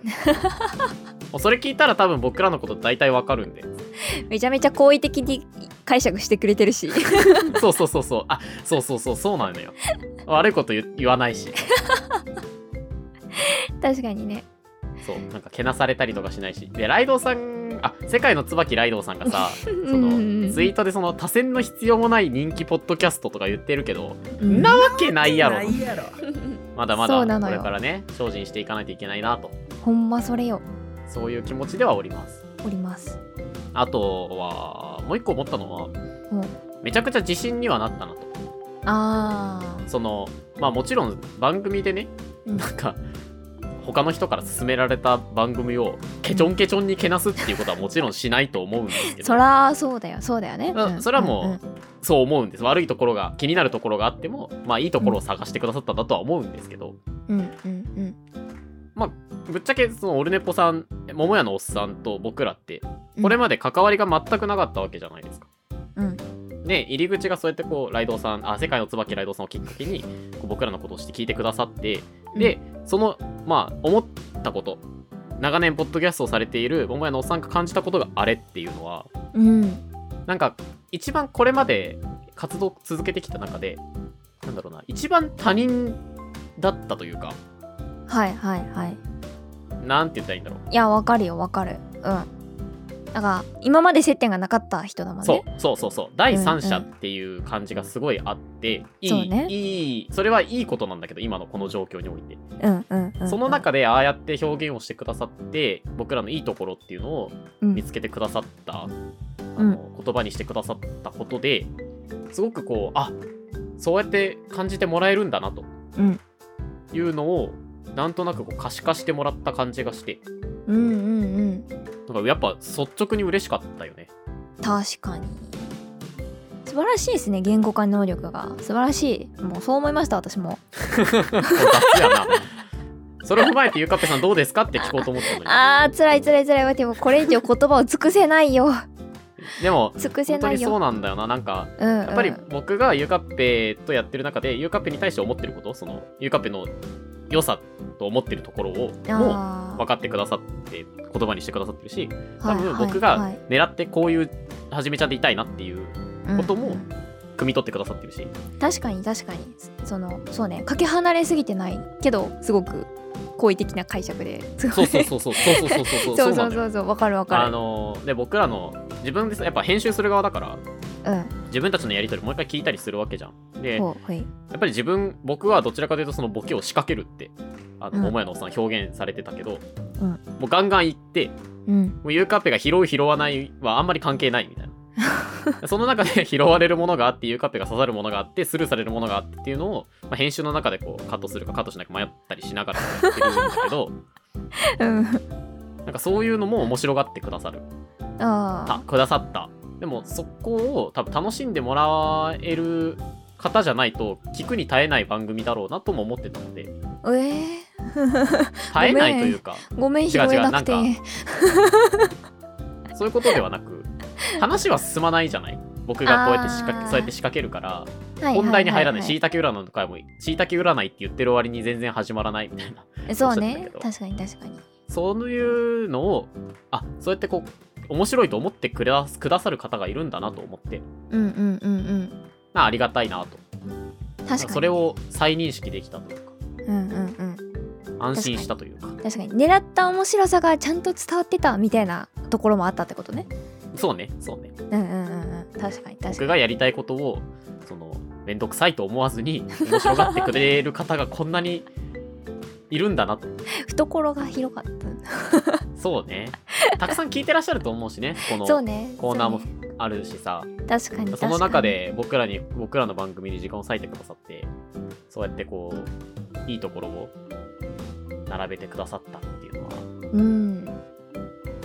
[SPEAKER 1] うそれ聞いたら多分僕らのこと大体わかる んで
[SPEAKER 2] めちゃめちゃ好意的に解釈してくれて るし
[SPEAKER 1] そうそうそうそうあそうそうそうそうなのよ悪いこと言言わないし
[SPEAKER 2] 確かにね
[SPEAKER 1] そうなんかけなされたりとかしないしでライドウさんあ世界の椿ライドウさんが さ
[SPEAKER 2] そ
[SPEAKER 1] そのツイートでその多選の必要もない人気ポッドキャストとか言ってるけど、
[SPEAKER 2] うん
[SPEAKER 1] なわけないやろ
[SPEAKER 2] うん
[SPEAKER 1] まだま
[SPEAKER 2] そう
[SPEAKER 1] だ
[SPEAKER 2] なの
[SPEAKER 1] こ
[SPEAKER 2] よ
[SPEAKER 1] れからね精進していかないといけないなと
[SPEAKER 2] ほんまそれよ
[SPEAKER 1] そういう気持ちではおります
[SPEAKER 2] おります
[SPEAKER 1] あとはもう一個思ったのは、
[SPEAKER 2] うん
[SPEAKER 1] めちゃくちゃ自信にはなったなと
[SPEAKER 2] あー
[SPEAKER 1] そのまあもちろん番組でね、
[SPEAKER 2] うん
[SPEAKER 1] なんか他の人から勧められた番組をケチョンケチョンにけなすっていうことはもちろんしないと思うんですけど
[SPEAKER 2] そらそうだよそうだよね、
[SPEAKER 1] あ
[SPEAKER 2] うん
[SPEAKER 1] それはもう
[SPEAKER 2] うんうん
[SPEAKER 1] そう思うんです悪いところが気になるところがあってもまあいいところを探してくださったんだとは思うんですけど、
[SPEAKER 2] うんうん
[SPEAKER 1] ぶっちゃけそのオルネポさん桃屋のおっさんと僕らって
[SPEAKER 2] うん
[SPEAKER 1] これまで関わりが全くなかったわけじゃないですか。
[SPEAKER 2] うん
[SPEAKER 1] で入り口がそうやってこうライドウさんあ世界の椿ライドウさんをきっかけにこう僕らのことをして聞いてくださってでそのまあ思ったこと長年ポッドキャストをされている桃屋のおっさんが感じたことがあれっていうのは
[SPEAKER 2] うん
[SPEAKER 1] なんか一番これまで活動を続けてきた中でなんだろうな一番他人だったというか
[SPEAKER 2] はいはいはい
[SPEAKER 1] なんて言ったらいいんだろう
[SPEAKER 2] いやわかるよわかるうんなんか今まで接点がなかった人だもんね
[SPEAKER 1] そうそうそうそう第三者っていう感じがすごいあって、
[SPEAKER 2] そ
[SPEAKER 1] いうい、
[SPEAKER 2] ね
[SPEAKER 1] いいそれはいいことなんだけど今のこの状況において、
[SPEAKER 2] うんうんうん
[SPEAKER 1] その中でああやって表現をしてくださって僕らのいいところっていうのを
[SPEAKER 2] うん
[SPEAKER 1] 見つけてくださった、
[SPEAKER 2] う
[SPEAKER 1] あ
[SPEAKER 2] ん
[SPEAKER 1] の言葉にしてくださったことですごくこうあそうやって感じてもらえるんだなと
[SPEAKER 2] うん
[SPEAKER 1] いうのをなんとなくこう可視化してもらった感じがして
[SPEAKER 2] うんうんうん
[SPEAKER 1] なんかやっぱ率直に嬉しかった よね。
[SPEAKER 2] 確かに素晴らしいですね言語化能力が素晴らしいもうそう思いました私も
[SPEAKER 1] 雑やな。それを踏まえてゆかっぺさんどうですかって聞こうと思ったのに。
[SPEAKER 2] あー辛い辛い辛い待ってもうこれ以上言葉を尽くせないよ
[SPEAKER 1] でも
[SPEAKER 2] 尽くせ
[SPEAKER 1] 本当
[SPEAKER 2] な
[SPEAKER 1] に
[SPEAKER 2] い
[SPEAKER 1] そ
[SPEAKER 2] よ
[SPEAKER 1] うなんだよな。なんか
[SPEAKER 2] うんうん
[SPEAKER 1] やっぱり僕がゆかっぺとやってる中でゆかっぺに対して思ってること、そのゆかっぺの良さと思ってるところをもう
[SPEAKER 2] あー
[SPEAKER 1] 分かってくださって言葉にしてくださってるし、多
[SPEAKER 2] はい
[SPEAKER 1] 分
[SPEAKER 2] はい
[SPEAKER 1] 僕
[SPEAKER 2] は
[SPEAKER 1] が
[SPEAKER 2] い
[SPEAKER 1] 狙ってこういうはじめちゃんでいたいなっていうことも
[SPEAKER 2] うんうん
[SPEAKER 1] 汲み取ってくださってるし
[SPEAKER 2] 確かに確かにそのそうねかけ離れすぎてないけどすごく好意的な解釈ですご
[SPEAKER 1] そう
[SPEAKER 2] い
[SPEAKER 1] そうそうそうそうそうそうそう
[SPEAKER 2] そう
[SPEAKER 1] な
[SPEAKER 2] そ
[SPEAKER 1] んだ
[SPEAKER 2] うそ
[SPEAKER 1] よ
[SPEAKER 2] うそうわかるわか
[SPEAKER 1] あ
[SPEAKER 2] る
[SPEAKER 1] のーで僕らの自分ですやっぱ編集する側だから
[SPEAKER 2] うん
[SPEAKER 1] 自分たちのやり取りもう一回聞いたりするわけじゃんで
[SPEAKER 2] ほうほい
[SPEAKER 1] やっぱり自分僕はどちらかというとそのボケを仕掛けるってあの、
[SPEAKER 2] うん
[SPEAKER 1] 桃屋のおっさん表現されてたけど、
[SPEAKER 2] うん
[SPEAKER 1] もうガンガン行って
[SPEAKER 2] うん
[SPEAKER 1] もうユーカーペが拾う拾わないはあんまり関係ないみたいな その中で拾われるものがあってユーカーペが刺さるものがあってスルーされるものがあってっていうのを、まあ、編集の中でこうカットするかカットしないか迷ったりしながらやってるんだけ ど
[SPEAKER 2] うん
[SPEAKER 1] なんかそういうのも面白がってくださるた
[SPEAKER 2] あ
[SPEAKER 1] くださったでもそこを多分楽しんでもらえる方じゃないと聞くに耐えない番組だろうなとも思ってたので
[SPEAKER 2] あえ
[SPEAKER 1] 耐えないというか
[SPEAKER 2] ー、ごめん拾えなくて
[SPEAKER 1] 違う違そういうことではなく話は進まないじゃない僕がこうやって仕掛
[SPEAKER 2] あー
[SPEAKER 1] けそうやって仕掛けるから
[SPEAKER 2] はいはいはいはい
[SPEAKER 1] 本題に入らないしいたけ占いの回もしいたけ占いって言ってる割に全然始まらないみたいな
[SPEAKER 2] そう
[SPEAKER 1] おっしゃって
[SPEAKER 2] ね
[SPEAKER 1] たけど
[SPEAKER 2] 確かに確かに
[SPEAKER 1] そういうのをあそうやってこう面白いと思ってくだくださる方がいるんだなと思って
[SPEAKER 2] うんうんうんうん
[SPEAKER 1] なありがたいなと
[SPEAKER 2] 確かに
[SPEAKER 1] それを再認識できたというか
[SPEAKER 2] うんうんうん
[SPEAKER 1] 安心したというか
[SPEAKER 2] 確かに狙った面白さがちゃんと伝わってたみたいなところもあったってことね
[SPEAKER 1] そうねそうね
[SPEAKER 2] うんうんうんうん確かに確か
[SPEAKER 1] 僕
[SPEAKER 2] に
[SPEAKER 1] がやりたいことをその面倒くさいと思わずに面白がってくれる方がこんなにいるんだなと
[SPEAKER 2] 懐が広かった
[SPEAKER 1] そうねたくさん聞いてらっしゃると思うしねこ
[SPEAKER 2] そう
[SPEAKER 1] の
[SPEAKER 2] ね
[SPEAKER 1] コーナーも
[SPEAKER 2] そうね
[SPEAKER 1] あるしさ
[SPEAKER 2] 確かに
[SPEAKER 1] その中で僕らに僕らの番組に時間を割いてくださってそうやってこういいところを並べてくださったっていうのはこ
[SPEAKER 2] 確かにうん
[SPEAKER 1] れ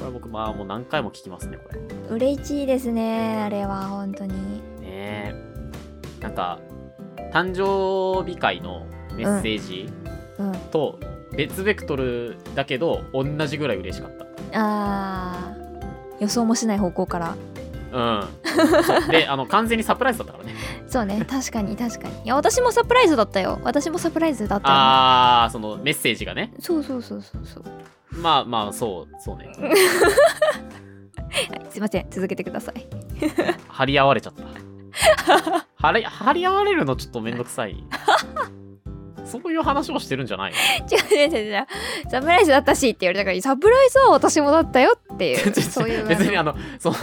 [SPEAKER 1] は僕まあもう何回も聞きますねこれね
[SPEAKER 2] 嬉しいですねあれは本当に
[SPEAKER 1] えなんか誕生日会のメッセージ
[SPEAKER 2] うん
[SPEAKER 1] と別ベクトルだけど同じぐらい嬉しかった
[SPEAKER 2] あー予想もしない方向から
[SPEAKER 1] うん そうであの完全にサプライズだったからね
[SPEAKER 2] そう ね確かに確かにいや私もサプライズだったよ私もサプライズだったよ
[SPEAKER 1] ああそのメッセージがね
[SPEAKER 2] そうそうそうそうそう
[SPEAKER 1] まあまあそうそうね
[SPEAKER 2] はいすいません続けてください
[SPEAKER 1] 張り合われちゃった 張り張り合われるのちょっとめんどくさ いそういう話をしてるんじゃないの
[SPEAKER 2] 違う違う違う違うサプライズだったしって言われたからサプライズは私もだったよっていうそういう
[SPEAKER 1] 別にあのその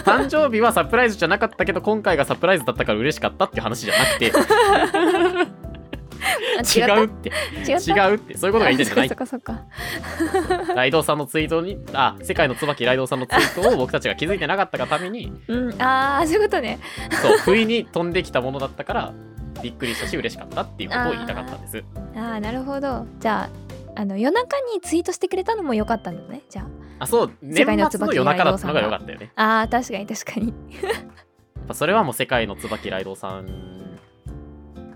[SPEAKER 1] 誕生日はサプライズじゃなかったけど今回がサプライズだったから嬉しかったっていう話じゃなくて
[SPEAKER 2] あ
[SPEAKER 1] 違う
[SPEAKER 2] 違う
[SPEAKER 1] って
[SPEAKER 2] 違った
[SPEAKER 1] 違うってそういうことが言いたいんじゃない
[SPEAKER 2] あそっかそっか
[SPEAKER 1] ライドウさんのツイートにあ世界の椿ライドウさんのツイートを僕たちが気づいてなかったがために
[SPEAKER 2] そっか うんああそういうことね
[SPEAKER 1] そう不意に飛んできたものだったからびっくりしたし嬉しかったっていうことを言いたかったんです
[SPEAKER 2] ああなるほどじゃああの夜中にツイートしてくれたのも良かったんだねじゃ
[SPEAKER 1] あそう年
[SPEAKER 2] 世界の
[SPEAKER 1] 末の
[SPEAKER 2] 椿
[SPEAKER 1] 夜中だったのが良かったよね
[SPEAKER 2] あああ確かに確かに
[SPEAKER 1] やっぱそれはもう世界の椿ライドウさん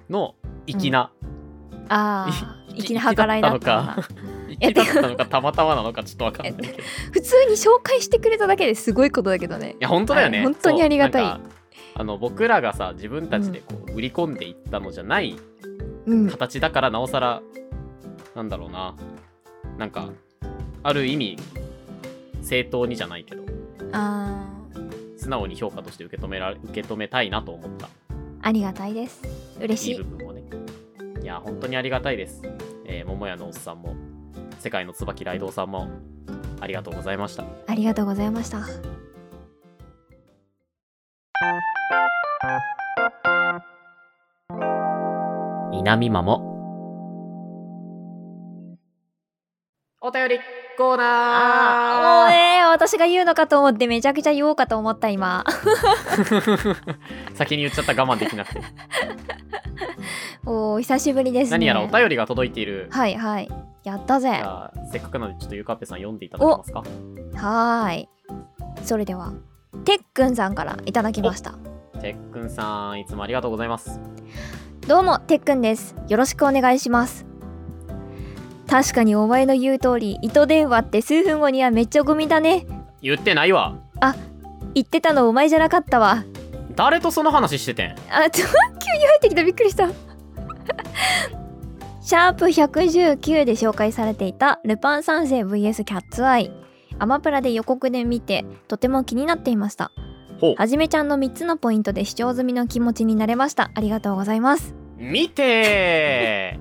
[SPEAKER 1] の粋な、
[SPEAKER 2] ああ
[SPEAKER 1] い
[SPEAKER 2] 粋な計らいだったのか
[SPEAKER 1] 粋だったのかたまたまなのかちょっとわかんない けどい
[SPEAKER 2] 普通に紹介してくれただけですごいことだけどね
[SPEAKER 1] や本当だよね、
[SPEAKER 2] はい本当にありがたい
[SPEAKER 1] そうなんかあの僕らがさ自分たちでこう売り込んでいったのじゃない
[SPEAKER 2] うん
[SPEAKER 1] 形だからなおさらなんだろうななんかある意味正当にじゃないけど
[SPEAKER 2] あ
[SPEAKER 1] 素直に評価として受け止められ受け止めたいなと思った
[SPEAKER 2] ーありがたいです嬉
[SPEAKER 1] い
[SPEAKER 2] し
[SPEAKER 1] い
[SPEAKER 2] い
[SPEAKER 1] 部分をねいや本当にありがたいです、えー、桃屋のおっさんも世界の椿ライドウさんもありがとうございました
[SPEAKER 2] ありがとうございました
[SPEAKER 1] 南間もお便りコー
[SPEAKER 2] あーお
[SPEAKER 1] ナ
[SPEAKER 2] ー
[SPEAKER 1] ー
[SPEAKER 2] えー私が言うのかと思ってめちゃくちゃ言おうかと思った今
[SPEAKER 1] 先に言っちゃった我慢できなくて、
[SPEAKER 2] おー久しぶりですね
[SPEAKER 1] 何やらお便りが届いている
[SPEAKER 2] はいはいやったぜ
[SPEAKER 1] じゃあせっかくなのでちょっとゆかっぺさん読んでいただけますか
[SPEAKER 2] はーいそれではてっくんさんからいただきました
[SPEAKER 1] てっくんさんいつもありがとうございます
[SPEAKER 2] どうもてっくんですよろしくお願いします確かにお前の言う通り糸電話って数分後にはめっちゃゴミだね
[SPEAKER 1] 言ってないわ
[SPEAKER 2] 言ってたのお前じゃなかったわ
[SPEAKER 1] 誰とその話しててん
[SPEAKER 2] あ ちょ急に入ってきたびっくりした シャープ119で紹介されていた「ルパン三世 VS キャッツアイ」アマプラで予告で見てとても気になっていました
[SPEAKER 1] ほう
[SPEAKER 2] はじめちゃんの3つのポイントで視聴済みの気持ちになれましたありがとうございます
[SPEAKER 1] 見て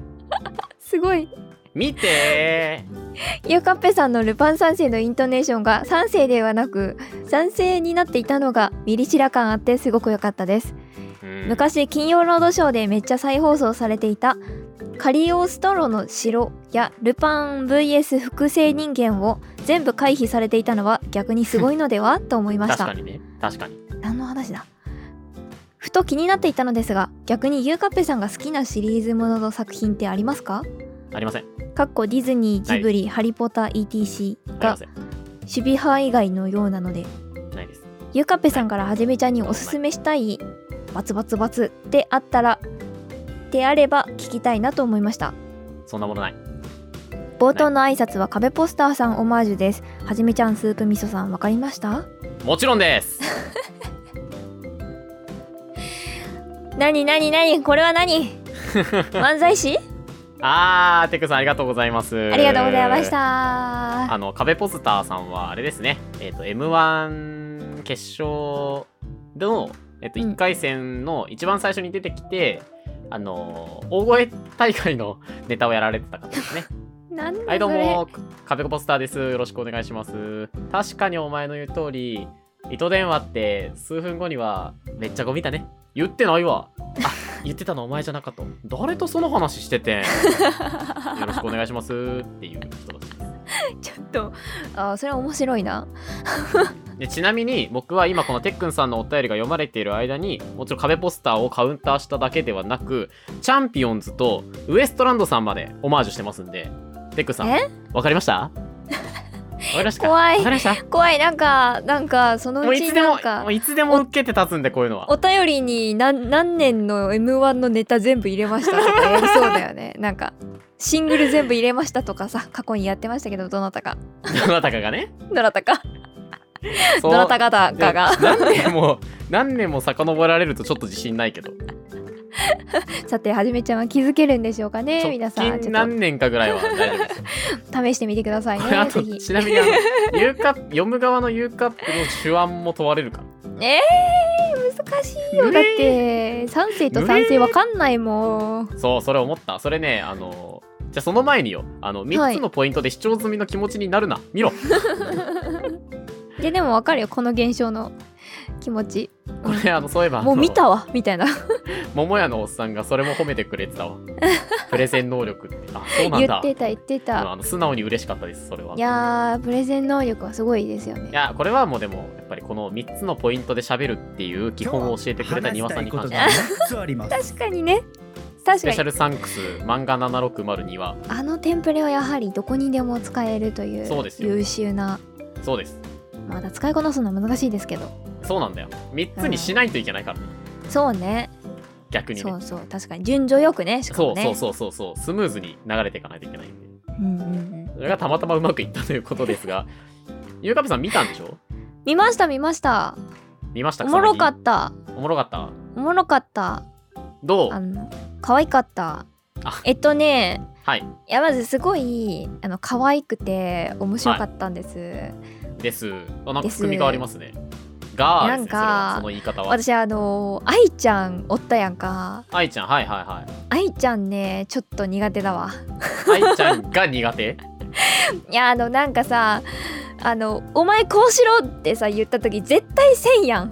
[SPEAKER 2] すごい
[SPEAKER 1] ー見て
[SPEAKER 2] ゆかっぺさんのルパン三世のイントネーションが三世ではなく三世になっていたのがミリ知ら感あってすごく良かったです
[SPEAKER 1] ー、うん
[SPEAKER 2] 昔金曜ロードショーでめっちゃ再放送されていた「カリオストロの城」や「ルパン VS 複製人間」を全部回避されていたのは逆にすごいのではと思いま
[SPEAKER 1] 確
[SPEAKER 2] した
[SPEAKER 1] かにね確かに
[SPEAKER 2] 何の話だふと気になっていたのですが逆にゆうかっぺさんが好きなシリーズものの作品ってありますか
[SPEAKER 1] ありません
[SPEAKER 2] かっこディズニージブリ、ハリポタ ETC
[SPEAKER 1] あり
[SPEAKER 2] が
[SPEAKER 1] ません
[SPEAKER 2] 守備派以外のようなので
[SPEAKER 1] ないです
[SPEAKER 2] ゆかっぺさんからはじめちゃんにおすすめしたいバツバツバツであったらであれば聞きたいなと思いました
[SPEAKER 1] そんなものない
[SPEAKER 2] 冒頭の挨拶は壁ポスターさんオマージュですはじめちゃんスープ味噌さんわかりました
[SPEAKER 1] もちろんです
[SPEAKER 2] なになになにこれは 何漫才師
[SPEAKER 1] あーテクさんありがとうございます
[SPEAKER 2] ありがとうございました
[SPEAKER 1] あの壁ポスターさんはあれですねえっ、と M1 決勝の、えっと
[SPEAKER 2] うん
[SPEAKER 1] 1回戦の一番最初に出てきて、あの大声大会のネタをやられてた方ですね
[SPEAKER 2] なんだ
[SPEAKER 1] はいど
[SPEAKER 2] そうれ
[SPEAKER 1] も壁ポスターですよろしくお願いします確かにお前の言う通り糸電話って数分後にはめっちゃゴミだね言ってないわあ言ってたのお前じゃなかった誰とその話しててんよろしくお願いしますっていう人たちです
[SPEAKER 2] ちょっとあそれは面白いな
[SPEAKER 1] でちなみに僕は今このてっくんさんのお便りが読まれている間にもちろん壁ポスターをカウンターしただけではなくチャンピオンズとウエストランドさんまでオマージュしてますんでてっくんさん
[SPEAKER 2] え
[SPEAKER 1] わかりましたわかりましたか
[SPEAKER 2] 怖い
[SPEAKER 1] わかりました
[SPEAKER 2] 怖いなんかなんかその
[SPEAKER 1] もう
[SPEAKER 2] う
[SPEAKER 1] い
[SPEAKER 2] ち
[SPEAKER 1] つで
[SPEAKER 2] なん
[SPEAKER 1] も
[SPEAKER 2] か
[SPEAKER 1] もういつでも受けて立つんでこういうのは
[SPEAKER 2] お便りに何何年の m 1のネタ全部入れましたと かやりそうだよねなんかシングル全部入れましたとかさ過去にやってましたけどどなたか
[SPEAKER 1] どなたかがね
[SPEAKER 2] どなたか
[SPEAKER 1] そ
[SPEAKER 2] ど
[SPEAKER 1] う
[SPEAKER 2] なたかかが
[SPEAKER 1] で何年も何年も遡られるとちょっと自信ないけど
[SPEAKER 2] さてはじめちゃんは気づけるんでしょうかね皆
[SPEAKER 1] 直
[SPEAKER 2] さんち
[SPEAKER 1] 近
[SPEAKER 2] ょっ
[SPEAKER 1] 何年かぐらいは大丈夫です
[SPEAKER 2] と試してみてください
[SPEAKER 1] これあ
[SPEAKER 2] ね
[SPEAKER 1] と
[SPEAKER 2] ぜひ
[SPEAKER 1] ちなみにあの U カップ読む側の U カップの手腕も問われるから
[SPEAKER 2] えー、難しいよだって三世と三世わかんないもん
[SPEAKER 1] そうそれ思ったそれねあのじゃあその前によあの
[SPEAKER 2] は
[SPEAKER 1] 3
[SPEAKER 2] い
[SPEAKER 1] つのポイントで視聴済みの気持ちになるな、見ろ
[SPEAKER 2] ででもわかるよこの現象の気持ち
[SPEAKER 1] これあのそういえばあの
[SPEAKER 2] もう見たわみたいな
[SPEAKER 1] 桃屋のおっさんがそれも褒めてくれてたわプレゼン能力ってあそうなん
[SPEAKER 2] 言
[SPEAKER 1] だ
[SPEAKER 2] ってた言って
[SPEAKER 1] う
[SPEAKER 2] た
[SPEAKER 1] んあの素直に嬉しかったですそれはい
[SPEAKER 2] やープレゼン能力はすごいですよね
[SPEAKER 1] いやこれはもうでもやっぱりこの3つのポイントで喋るっていう基本を教えてくれた庭さんに感謝
[SPEAKER 3] 今日は話したい ことが三つありま す
[SPEAKER 2] 確かにね確
[SPEAKER 1] スペシ
[SPEAKER 2] か
[SPEAKER 1] ャル
[SPEAKER 2] に
[SPEAKER 1] サンクス漫画760には
[SPEAKER 2] あのテンプレはやはりどこにでも使えるという
[SPEAKER 1] そうですよ
[SPEAKER 2] 優秀な
[SPEAKER 1] そうです
[SPEAKER 2] まだ使いこなすのは難しいですけど
[SPEAKER 1] そうなんだよ3つにしないといけないからね
[SPEAKER 2] そうね
[SPEAKER 1] 逆にね
[SPEAKER 2] そうそう確かに順序よくねしか
[SPEAKER 1] そ
[SPEAKER 2] も
[SPEAKER 1] う
[SPEAKER 2] ね
[SPEAKER 1] そうそうそうそうスムーズに流れていかないといけないんで
[SPEAKER 2] うんうんうん
[SPEAKER 1] それがたまたまうまくいったということですが、 ゆうかぺさん見たんでしょ
[SPEAKER 2] 見ました見ました
[SPEAKER 1] 見ました
[SPEAKER 2] おもろか
[SPEAKER 1] た。
[SPEAKER 2] った
[SPEAKER 1] おもろかった。
[SPEAKER 2] おもろかった
[SPEAKER 1] どう
[SPEAKER 2] あの可愛かった
[SPEAKER 1] あ
[SPEAKER 2] えっとね
[SPEAKER 1] はい。
[SPEAKER 2] いやまずすごいあの可愛くて面白かったんです、
[SPEAKER 1] です。あ、なんか
[SPEAKER 2] です
[SPEAKER 1] 組み変わりますね。がですね、
[SPEAKER 2] なんか
[SPEAKER 1] それはその言い方は。
[SPEAKER 2] 私あの愛ちゃんおったやんか
[SPEAKER 1] 愛ちゃん、はいはいはい。
[SPEAKER 2] 愛ちゃんねちょっと苦手だわ
[SPEAKER 1] 愛ちゃんが苦手
[SPEAKER 2] いやあのなんかさあの「お前こうしろ」ってさ言った時絶対せんや ん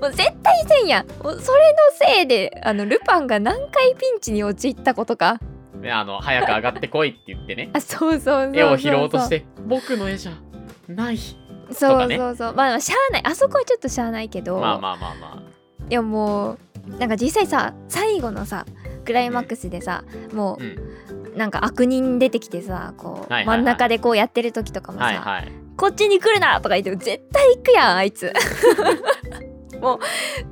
[SPEAKER 2] もう絶対せんやんもうそれのせいであのルパンが何回ピンチに陥ったことか
[SPEAKER 1] ねあの、早く上がってこいって言ってね。
[SPEAKER 2] あそうそう そうそう
[SPEAKER 1] 絵を拾おうとして、僕の絵じゃない。
[SPEAKER 2] そう
[SPEAKER 1] か
[SPEAKER 2] そう
[SPEAKER 1] ね
[SPEAKER 2] そうそうまあまあしゃあないあそこはちょっとしゃあないけど、
[SPEAKER 1] まあまあまあま
[SPEAKER 2] でももうなんか実際さ最後のさクライマックスでさ、も
[SPEAKER 1] あ。うん。
[SPEAKER 2] うなんか悪人出てきてさこう、
[SPEAKER 1] はいはいはい
[SPEAKER 2] 真ん中でこうやってる時とかもさ、
[SPEAKER 1] はいはい。
[SPEAKER 2] こっちに来るなとか言っても絶対行くやんあ いつもう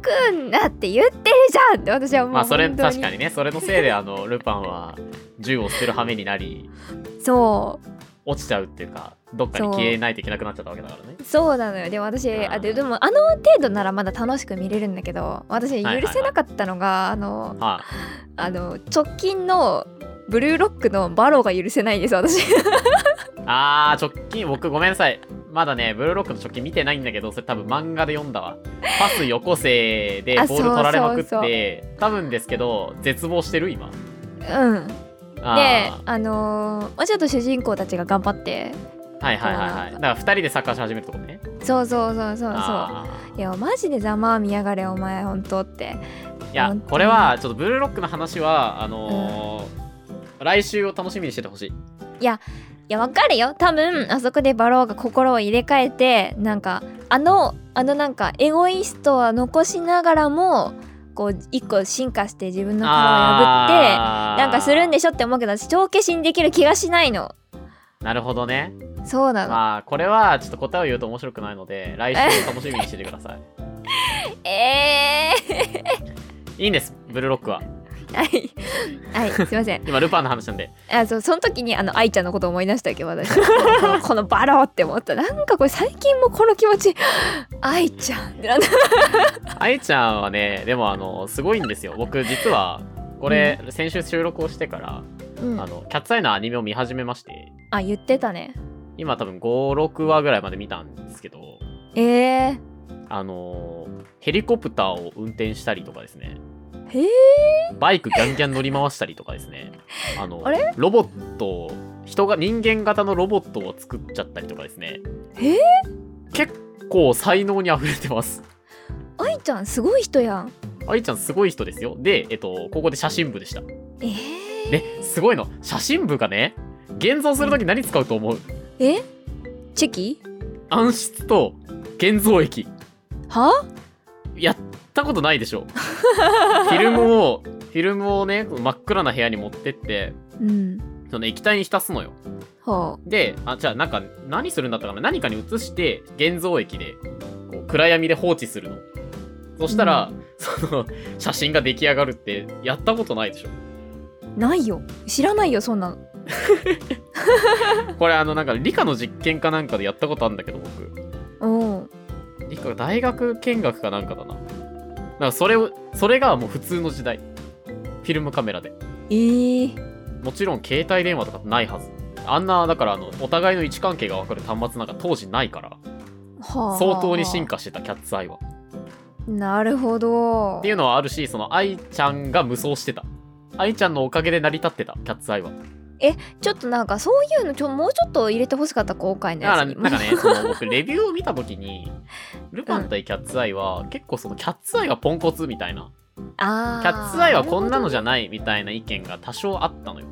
[SPEAKER 2] 来んなって言ってるじゃんって私はもう
[SPEAKER 1] まあ、それ、
[SPEAKER 2] 本当
[SPEAKER 1] 確かにね、それのせいで、あの、ルパンは銃を捨てる羽目になり、
[SPEAKER 2] そう
[SPEAKER 1] 落ちちゃうっていうか、どっかに消えないといけなくなっちゃったわけだからね。
[SPEAKER 2] そうなのよでも私
[SPEAKER 1] うん
[SPEAKER 2] あででもあの程度ならまだ楽しく見れるんだけど私
[SPEAKER 1] いはいはい
[SPEAKER 2] 許せなかったのが、あの
[SPEAKER 1] はい。
[SPEAKER 2] あの直近の ブルーロックのバローが許せないです私
[SPEAKER 1] あー直近僕ごめんなさいまだねブルーロックの直近見てないんだけどそれ多分漫画で読んだわパスよこせで
[SPEAKER 2] あ
[SPEAKER 1] ボール取られまくって
[SPEAKER 2] そうそう
[SPEAKER 1] 多分ですけど絶望してる今
[SPEAKER 2] うんで
[SPEAKER 1] あ
[SPEAKER 2] あのーもうちょっと主人公たちが頑張って
[SPEAKER 1] ーはいはいはいはいだから2人でサッカーし始めるとこね
[SPEAKER 2] そうそうそうそうそ
[SPEAKER 1] あー
[SPEAKER 2] ういやマジでざまあみやがれお前ほんとって
[SPEAKER 1] いや
[SPEAKER 2] 本当に
[SPEAKER 1] これはちょっとブルーロックの話はあのー来週を楽しみにしててほしい
[SPEAKER 2] いやわかるよ多分あそこでバローが心を入れ替えてなんかあのあのなんかエゴイストは残しながらもこう一個進化して自分の殻を破ってなんかするんで
[SPEAKER 1] し
[SPEAKER 2] しょって思うけど私帳消しにできる気がしないの
[SPEAKER 1] なるほどね
[SPEAKER 2] そうなの、
[SPEAKER 1] まあこれはちょっと答えを言うと面白くないので来週を楽しみにしててくだ さい
[SPEAKER 2] え
[SPEAKER 1] いいんですブルーロックは
[SPEAKER 2] ー、 はいはいすいません
[SPEAKER 1] 今ルパンの話なん で
[SPEAKER 2] あそうその時にあの愛ちゃんのことを思い出したけど私こ のこのバローって思ったなんかこれ最近もこの気持ち愛ちゃんってなんだ
[SPEAKER 1] あいちゃんはねでもあのすごいんですよ僕実はこれ、先週収録をしてから、
[SPEAKER 2] うん
[SPEAKER 1] あのキャッツアイのアニメを見始めまして
[SPEAKER 2] あ言ってたね
[SPEAKER 1] 今多分56話ぐらいまで見たんですけど
[SPEAKER 2] えー、
[SPEAKER 1] あのーヘリコプターを運転したりとかですね
[SPEAKER 2] へえ
[SPEAKER 1] バイクギャンギャン乗り回したりとかです ねあの
[SPEAKER 2] あれ
[SPEAKER 1] ロボットを人が人間型のロボットを作っちゃったりとかですね
[SPEAKER 2] え
[SPEAKER 1] 結構才能にあふれてます
[SPEAKER 2] 愛ちゃんすごい人やん
[SPEAKER 1] 愛ちゃんすごい人ですよでえっとここで写真部でした
[SPEAKER 2] えー、
[SPEAKER 1] ですごいの写真部がね現像するとき何使うと思う
[SPEAKER 2] えチェキ
[SPEAKER 1] 暗室と現像液
[SPEAKER 2] は
[SPEAKER 1] やったことないで しょフィルムをフィルムをね真っ暗な部屋に持ってって
[SPEAKER 2] うん
[SPEAKER 1] その液体に浸すのよ
[SPEAKER 2] は
[SPEAKER 1] であじゃあなんか何するんだったかな何かに移して現像液でこう暗闇で放置するのそしたら、
[SPEAKER 2] う
[SPEAKER 1] その写真が出来上がるってやったことないでしょ
[SPEAKER 2] あないよ知らないよそんなの
[SPEAKER 1] これあのなんか理科の実験かなんかでやったことあるんだけど僕
[SPEAKER 2] うん
[SPEAKER 1] 理科大学見学かなんかだななんかそれをそれがもう普通の時代フィルムカメラで
[SPEAKER 2] えー、
[SPEAKER 1] もちろん携帯電話とかないはずあんなだからあのお互いの位置関係が分かる端末なんか当時ないから
[SPEAKER 2] はあ
[SPEAKER 1] 相当に進化してたキャッツアイは
[SPEAKER 2] なるほど
[SPEAKER 1] っていうのはあるしその愛ちゃんが無双してた愛ちゃんのおかげで成り立ってたキャッツアイは
[SPEAKER 2] ちょっとなんかそういうのちょもうちょっと入れてほしかった今回の
[SPEAKER 1] だか
[SPEAKER 2] や
[SPEAKER 1] ら
[SPEAKER 2] つに
[SPEAKER 1] なんか ねその僕レビューを見た時にルパン対キャッツアイは結構そのキャッツアイがポンコツみたいな
[SPEAKER 2] あー
[SPEAKER 1] キャッツアイはこんなのじゃないみたいな意見が多少あったのよ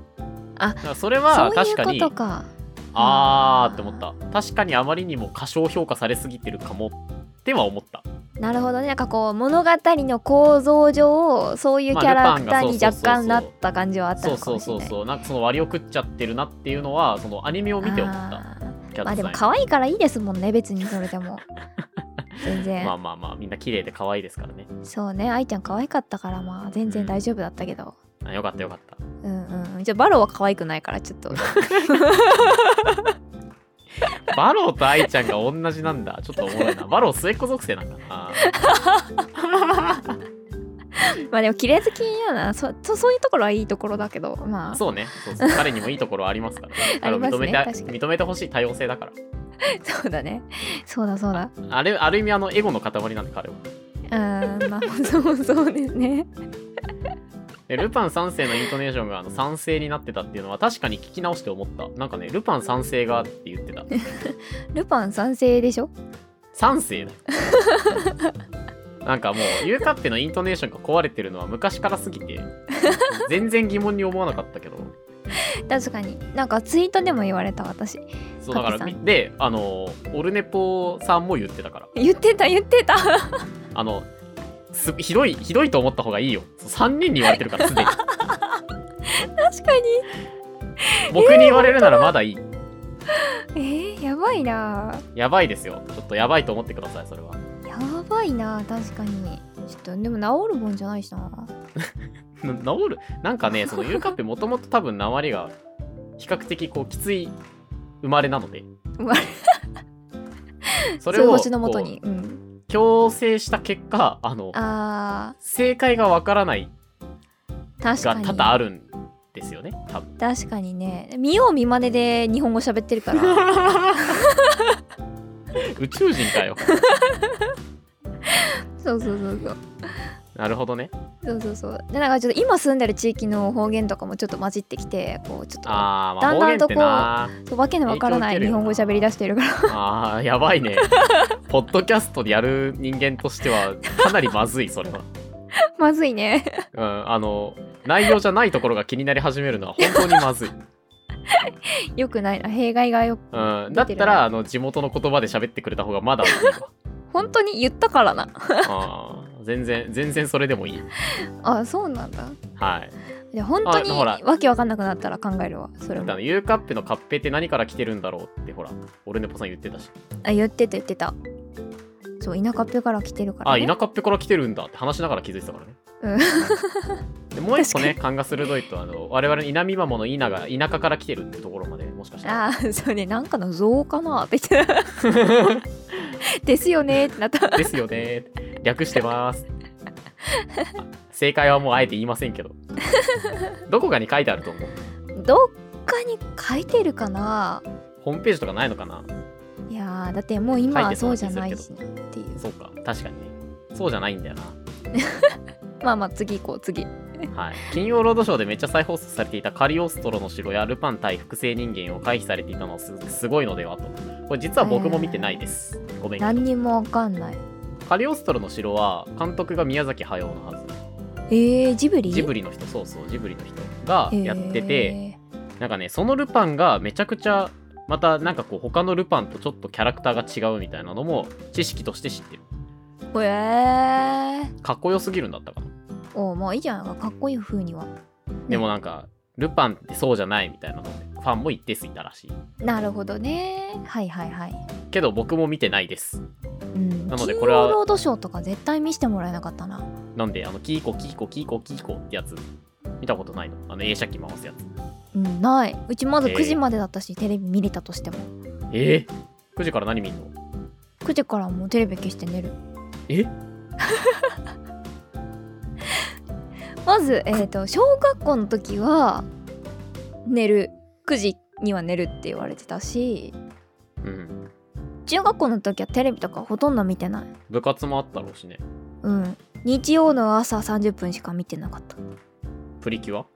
[SPEAKER 1] だ
[SPEAKER 2] あ
[SPEAKER 1] からそれ
[SPEAKER 2] なる
[SPEAKER 1] は
[SPEAKER 2] ほど
[SPEAKER 1] 確か
[SPEAKER 2] そうい
[SPEAKER 1] に
[SPEAKER 2] うことか
[SPEAKER 1] あーって思った確かにあまりにも過小評価されすぎてるかもっては思った
[SPEAKER 2] なるほどねなんかこう物語の構造上そういうキャラクタ
[SPEAKER 1] まあルパンがそ
[SPEAKER 2] ー
[SPEAKER 1] うそうそう
[SPEAKER 2] に
[SPEAKER 1] そう
[SPEAKER 2] 若干なった感じはあった
[SPEAKER 1] そ
[SPEAKER 2] の
[SPEAKER 1] う
[SPEAKER 2] か
[SPEAKER 1] そ
[SPEAKER 2] も
[SPEAKER 1] う
[SPEAKER 2] し
[SPEAKER 1] そ
[SPEAKER 2] れな
[SPEAKER 1] う
[SPEAKER 2] い
[SPEAKER 1] そうなんかその割を食っちゃってるなっていうのはそのアニメを見て思った
[SPEAKER 2] あー
[SPEAKER 1] キャ
[SPEAKER 2] まあ
[SPEAKER 1] ッツ
[SPEAKER 2] でも
[SPEAKER 1] アイ
[SPEAKER 2] 可愛いからいいですもんね別にそれでも全然、
[SPEAKER 1] まあまあまあみんな綺麗で可愛いですからね
[SPEAKER 2] そうね愛ちゃん可愛かったからまあ全然大丈夫だったけど、
[SPEAKER 1] あよかったよかった
[SPEAKER 2] うん、うんうんじゃあバロは可愛くないからちょっと
[SPEAKER 1] バローと愛ちゃんが同じなんだ。ちょっとおもろいな。バロー末っ子属性なんだな。
[SPEAKER 2] まあでも綺麗好きやなそそそういうところはいいところだけど まあ
[SPEAKER 1] そうねそうそう。彼にもいいところはありますから、ね。
[SPEAKER 2] あります
[SPEAKER 1] 彼
[SPEAKER 2] ね
[SPEAKER 1] を認め
[SPEAKER 2] 確か
[SPEAKER 1] て認めてほしい多様性だから。
[SPEAKER 2] そうだねそうだそうだ
[SPEAKER 1] あれある意味あのエゴの塊なんで彼は。
[SPEAKER 2] うんまあそうそうですね
[SPEAKER 1] でルパン三世のイントネーションがあの三世になってたっていうのは確かに聞き直して思った。なんかね、ルパン三世がって言って た。
[SPEAKER 2] ルパン賛成でしょ
[SPEAKER 1] 三世だよ。 なんかもうユーカッペのイントネーションが壊れてるのは昔からすぎ て全然疑問に思わなかったけど
[SPEAKER 2] 確かになんかツイートでも言われた私
[SPEAKER 1] そうだか
[SPEAKER 2] カッペ
[SPEAKER 1] ら
[SPEAKER 2] さ
[SPEAKER 1] であのオルネポさんも言ってたから
[SPEAKER 2] 言ってた言ってた
[SPEAKER 1] あのすひどいひどいと思った方がいいよ3人に言われてるからす でに
[SPEAKER 2] 確かに
[SPEAKER 1] 僕に言われるならまだいい、
[SPEAKER 2] えー、やばいな
[SPEAKER 1] やばいですよちょっとやばいと思ってくださいそれは
[SPEAKER 2] やばいな確かにちょっとでも治るもんじゃないしな
[SPEAKER 1] な治るなんかね そのユーカッペもともと多分鉛が比較的こうきつい生まれなので
[SPEAKER 2] 生まれ
[SPEAKER 1] それを
[SPEAKER 2] 星のもとに
[SPEAKER 1] こ
[SPEAKER 2] うん
[SPEAKER 1] う強制した結果あの
[SPEAKER 2] あ
[SPEAKER 1] 正解がわからない
[SPEAKER 2] ー確
[SPEAKER 1] が多
[SPEAKER 2] か
[SPEAKER 1] 々あ
[SPEAKER 2] に
[SPEAKER 1] るんですよね多分
[SPEAKER 2] 確かにね見よう見まねで日本語喋ってるから
[SPEAKER 1] 宇宙人かよ
[SPEAKER 2] そうそうそうそう
[SPEAKER 1] なるほどね
[SPEAKER 2] そうそうそうでなんかちょっと今住んでる地域の方言とかもちょっと混じってきてこうちょっと
[SPEAKER 1] あー、まあ、
[SPEAKER 2] だんだんとこう
[SPEAKER 1] 方言って
[SPEAKER 2] そうわけのわからな
[SPEAKER 1] 影響受ける
[SPEAKER 2] い日
[SPEAKER 1] よな
[SPEAKER 2] 本語喋り出してるから
[SPEAKER 1] なあーやばいねポッドキャストでやる人間としてはかなりまずいそれは、
[SPEAKER 2] まずいね
[SPEAKER 1] うん、あの内容じゃないところが気になり始めるのは本当にまずい、
[SPEAKER 2] よくないな弊害がよ
[SPEAKER 1] うん、だったらあの地元の言葉で喋ってくれた方がまだいいわ
[SPEAKER 2] 本当に言ったからな
[SPEAKER 1] あー全然全然それでもいい
[SPEAKER 2] あそうなんだ
[SPEAKER 1] はい
[SPEAKER 2] で本当に
[SPEAKER 1] あほら
[SPEAKER 2] わけわかんなくなったら考えるわそれ
[SPEAKER 1] だってあの
[SPEAKER 2] も
[SPEAKER 1] U カップのカッペって何から来てるんだろうってほら俺ねぽさん言ってたし
[SPEAKER 2] あ言ってた言ってたそう田舎っぺから来てるから、
[SPEAKER 1] あ
[SPEAKER 2] ね、
[SPEAKER 1] 田舎っぺから来てるんだって話しながら気づいてたからね
[SPEAKER 2] うん
[SPEAKER 1] でもう一個ね勘が鋭いとあの我々の稲見マモの稲が田舎から来てるってところまでもしかしたら
[SPEAKER 2] あーそうねなんかの像かなって 言ってたですよねってなった
[SPEAKER 1] ですよね略してますあ正解はもうあえて言いませんけどどこかに書いてあると思う
[SPEAKER 2] どっかに書いてるかな
[SPEAKER 1] ホームページとかないのかない
[SPEAKER 2] やーだってもう
[SPEAKER 1] 書
[SPEAKER 2] 今
[SPEAKER 1] い
[SPEAKER 2] は
[SPEAKER 1] てた
[SPEAKER 2] そ
[SPEAKER 1] ら
[SPEAKER 2] うじゃないしなっていう
[SPEAKER 1] そうか確かにねそうじゃないんだよな
[SPEAKER 2] まあまあ次行こう次
[SPEAKER 1] はい、金曜ロードショーでめっちゃ再放送されていたカリオストロの城やルパン対複製人間を回避されていたのはすすごいのではとこれ実は僕も見てないです、ごめん
[SPEAKER 2] 何にもわかんない
[SPEAKER 1] カリオストロの城は監督が宮崎駿のは
[SPEAKER 2] えー、ジブ
[SPEAKER 1] ず
[SPEAKER 2] リ
[SPEAKER 1] ジブ
[SPEAKER 2] リ
[SPEAKER 1] リの人そうそうジブリの人がやってて、なんかねそのルパンがめちゃくちゃまたなんかこう他のルパンとちょっとキャラクターが違うみたいなのも知識として知ってる
[SPEAKER 2] えーえ
[SPEAKER 1] かっこよすぎるんだったかな
[SPEAKER 2] ー、おうまあいいじゃないかかっこいい風には
[SPEAKER 1] でもなんかルパンってそうじゃないみたいなのでファンも一定数いたらしい
[SPEAKER 2] なるほどねはいはいはい
[SPEAKER 1] けど僕も見てないです
[SPEAKER 2] うん
[SPEAKER 1] なので
[SPEAKER 2] 金
[SPEAKER 1] これは
[SPEAKER 2] 曜ロードショーとか絶対見せてもらえなかったな
[SPEAKER 1] なんで、あの、キーコ、キーコ、キーコ、キーコってやつ、見たことないのあの、映写機回すやつ。
[SPEAKER 2] うんないうちまず
[SPEAKER 1] えー
[SPEAKER 2] 9時までだったし、テレビ見れたとしても
[SPEAKER 1] えー、?9 時から何見んの
[SPEAKER 2] 9時からもうテレビ消して寝る
[SPEAKER 1] え
[SPEAKER 2] まず、えー、と小学校の時は寝る9時には寝るって言われてたし
[SPEAKER 1] うん。
[SPEAKER 2] 中学校の時はテレビとかほとんど見てない
[SPEAKER 1] 部活もあったろうしね。
[SPEAKER 2] うん日曜の朝30分しか見てなかった
[SPEAKER 1] プリキュア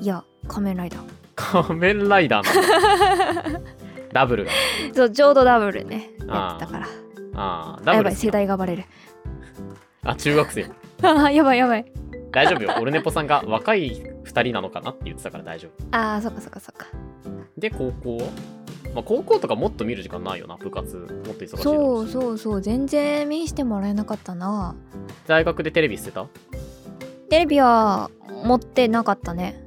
[SPEAKER 2] いや仮面ライダー
[SPEAKER 1] 仮 面ライダーなのダブルが。
[SPEAKER 2] そうちょうどダブルねや
[SPEAKER 1] あ
[SPEAKER 2] っ
[SPEAKER 1] ー
[SPEAKER 2] てたから
[SPEAKER 1] ああ、
[SPEAKER 2] あ
[SPEAKER 1] ダ
[SPEAKER 2] や
[SPEAKER 1] ブル
[SPEAKER 2] ば
[SPEAKER 1] 好
[SPEAKER 2] い
[SPEAKER 1] きなの。
[SPEAKER 2] 世代がバレる
[SPEAKER 1] あ、中学生。
[SPEAKER 2] あーやばいやばい
[SPEAKER 1] 大丈夫よ。 俺ねぽさんが若い2人なのかなって言ってたから大丈夫。
[SPEAKER 2] あーそっかそっかそっか
[SPEAKER 1] で、高校はまあ、高校とかもっと見る時間ないよな、部活。もっと忙しいだろ
[SPEAKER 2] そうう
[SPEAKER 1] し。
[SPEAKER 2] そうそう全然見してもらえなかったな
[SPEAKER 1] 大学でテレビ捨てたあ
[SPEAKER 2] テレビは持ってなかったね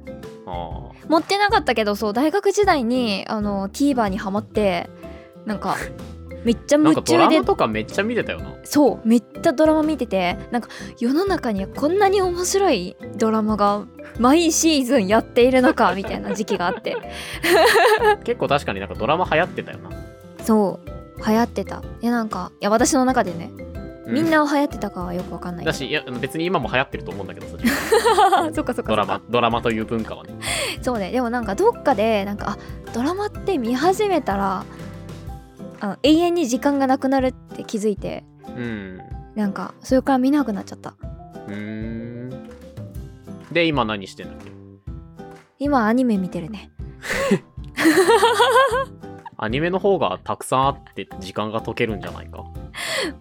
[SPEAKER 1] あ。
[SPEAKER 2] 持ってなかったけどそう大学時代にあの TVer にハマってなんかめっちゃ
[SPEAKER 1] なん
[SPEAKER 2] 夢
[SPEAKER 1] かド
[SPEAKER 2] 中
[SPEAKER 1] ラ
[SPEAKER 2] で
[SPEAKER 1] マとかめっちゃ見てたよな。
[SPEAKER 2] そうめっちゃドラマ見ててなんか世の中にはこんなに面白いドラマが毎シーズンやっている のかみたいな時期があって
[SPEAKER 1] 結構確かになんかドラマ流行ってたよな。
[SPEAKER 2] そう流行ってたいやなんかいや私の中でね
[SPEAKER 1] う
[SPEAKER 2] みんな流行ってたかはよくわかんないけ
[SPEAKER 1] だ
[SPEAKER 2] ど、
[SPEAKER 1] しいやあの別に今も流行ってると思うんだけどさ
[SPEAKER 2] そっかそっかそ
[SPEAKER 1] ド
[SPEAKER 2] っか
[SPEAKER 1] ラマドラマという文化はね
[SPEAKER 2] そうねでもなんかどっかでなんかあドラマって見始めたらあの永遠に時間がなくなるって気づいて
[SPEAKER 1] うん
[SPEAKER 2] なんかそれから見なくなっちゃった
[SPEAKER 1] うーんで今何してんだっけ
[SPEAKER 2] 今アニメ見てるね
[SPEAKER 1] アニメの方がたくさんあって時間が解けるんじゃないか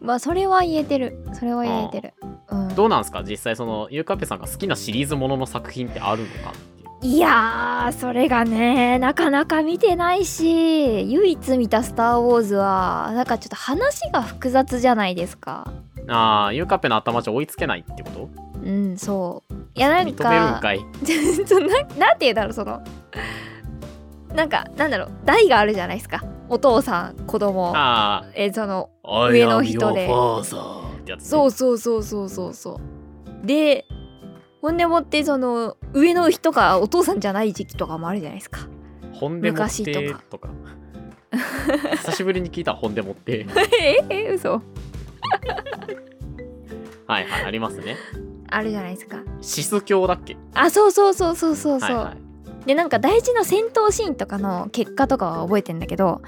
[SPEAKER 2] まあそれは言えてるそれは言えてる、うん、
[SPEAKER 1] どうなんすか実際そのゆうかっぺさんが好きなシリーズものの作品ってあるのかっていう
[SPEAKER 2] いやーそれがねなかなか見てないし唯一見た「スター・ウォーズは」なんかちょっと話が複雑じゃないですか
[SPEAKER 1] ああゆうかっぺの頭じゃ追いつけないってこと
[SPEAKER 2] うんそういやな
[SPEAKER 1] 認め
[SPEAKER 2] ん
[SPEAKER 1] るん
[SPEAKER 2] か
[SPEAKER 1] かい
[SPEAKER 2] そうななんて言うんだろうそのなんかなんだろう代があるじゃないですかお父さん子供
[SPEAKER 1] あ
[SPEAKER 2] えその
[SPEAKER 1] あ
[SPEAKER 2] 上の人で
[SPEAKER 1] そうそうってやつね
[SPEAKER 2] そうそうそうそうそうそうでほんでもってその上の人がお父さんじゃない時期とかもあるじゃないですか
[SPEAKER 1] 本で持っ
[SPEAKER 2] 昔と
[SPEAKER 1] て
[SPEAKER 2] か
[SPEAKER 1] とか 久しぶりに聞いた本で持って
[SPEAKER 2] ええ嘘
[SPEAKER 1] はいはいありますね
[SPEAKER 2] あるじゃないですか
[SPEAKER 1] シス教だっけ
[SPEAKER 2] あそうそうそうそうそうそ
[SPEAKER 1] は
[SPEAKER 2] う、
[SPEAKER 1] いはい
[SPEAKER 2] でなんか大事な戦闘シーンとかの結果とかは覚えてんだけど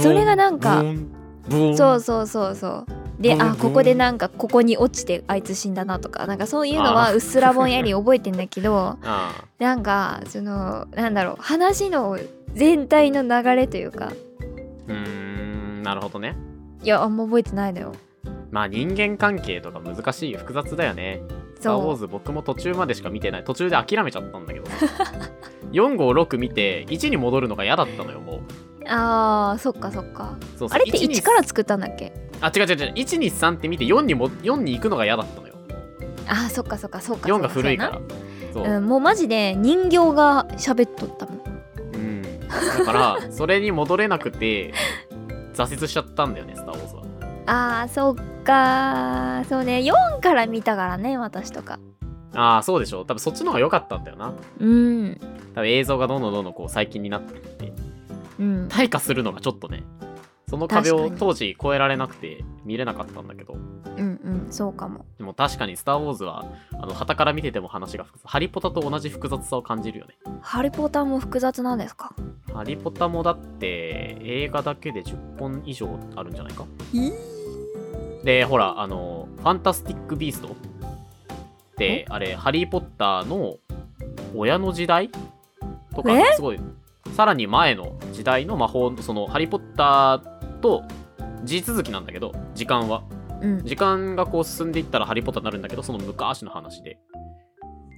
[SPEAKER 2] それがなんか
[SPEAKER 1] ブーンブーン
[SPEAKER 2] そうそうそうそうで
[SPEAKER 1] うんう
[SPEAKER 2] あ
[SPEAKER 1] ん
[SPEAKER 2] ここでなんかここに落ちてあいつ死んだなとかなんかそういうの
[SPEAKER 1] あ
[SPEAKER 2] は
[SPEAKER 1] ー
[SPEAKER 2] うっすらぼんやり覚えてんだけど
[SPEAKER 1] あ
[SPEAKER 2] なんかそのなんだろう話の全体の流れというか
[SPEAKER 1] ーうーんなるほどね
[SPEAKER 2] いやあんま覚えてないのよ
[SPEAKER 1] まあ人間関係とか難しい複雑だよね「スター・ウォー
[SPEAKER 2] そ
[SPEAKER 1] ズ」僕も途中までしか見てない途中で諦めちゃったんだけど 456見て1に戻るのが嫌だったのよもう
[SPEAKER 2] うあーそっかそっか
[SPEAKER 1] そうそう
[SPEAKER 2] あれって
[SPEAKER 1] 1
[SPEAKER 2] 1から作ったんだっけ
[SPEAKER 1] あ違う違う違う123って見て4にも4に行くのが嫌だったのよ
[SPEAKER 2] あーそっかそっかそっか
[SPEAKER 1] 4が古いか
[SPEAKER 2] そ
[SPEAKER 1] らそうう、
[SPEAKER 2] やなうん、もうマジで人形が喋っとったもん
[SPEAKER 1] うん、だからそれに戻れなくて挫折しちゃったんだよね「スター・ウォーズは」
[SPEAKER 2] あーそっかそうね4から見たからね私とか
[SPEAKER 1] ああそうでしょ多分そっちの方が良かったんだよな
[SPEAKER 2] うん
[SPEAKER 1] 多分映像がどんどんどんどんこう最近になってって
[SPEAKER 2] うん
[SPEAKER 1] 退化するのがちょっとねその壁
[SPEAKER 2] 確
[SPEAKER 1] を
[SPEAKER 2] かに
[SPEAKER 1] 当時越えられなくて見れなかったんだけど
[SPEAKER 2] うんうんそうかも
[SPEAKER 1] でも確かに「スター・ウォーズは」あの旗から見てても話が複雑ハリポタと同じ複雑さを感じるよね
[SPEAKER 2] ハリポタも複雑なんですか
[SPEAKER 1] ハリポタもだって映画だけで10本以上あるんじゃないかでほらあの「ファンタスティック・ビースト」ってあれ「ハリー・ポッター」の親の時代とか
[SPEAKER 2] え
[SPEAKER 1] すごいさらに前の時代の魔法その「ハリー・ポッター」と地続きなんだけど時間は
[SPEAKER 2] うん
[SPEAKER 1] 時間がこう進んでいったら「ハリー・ポッター」になるんだけどその昔の話で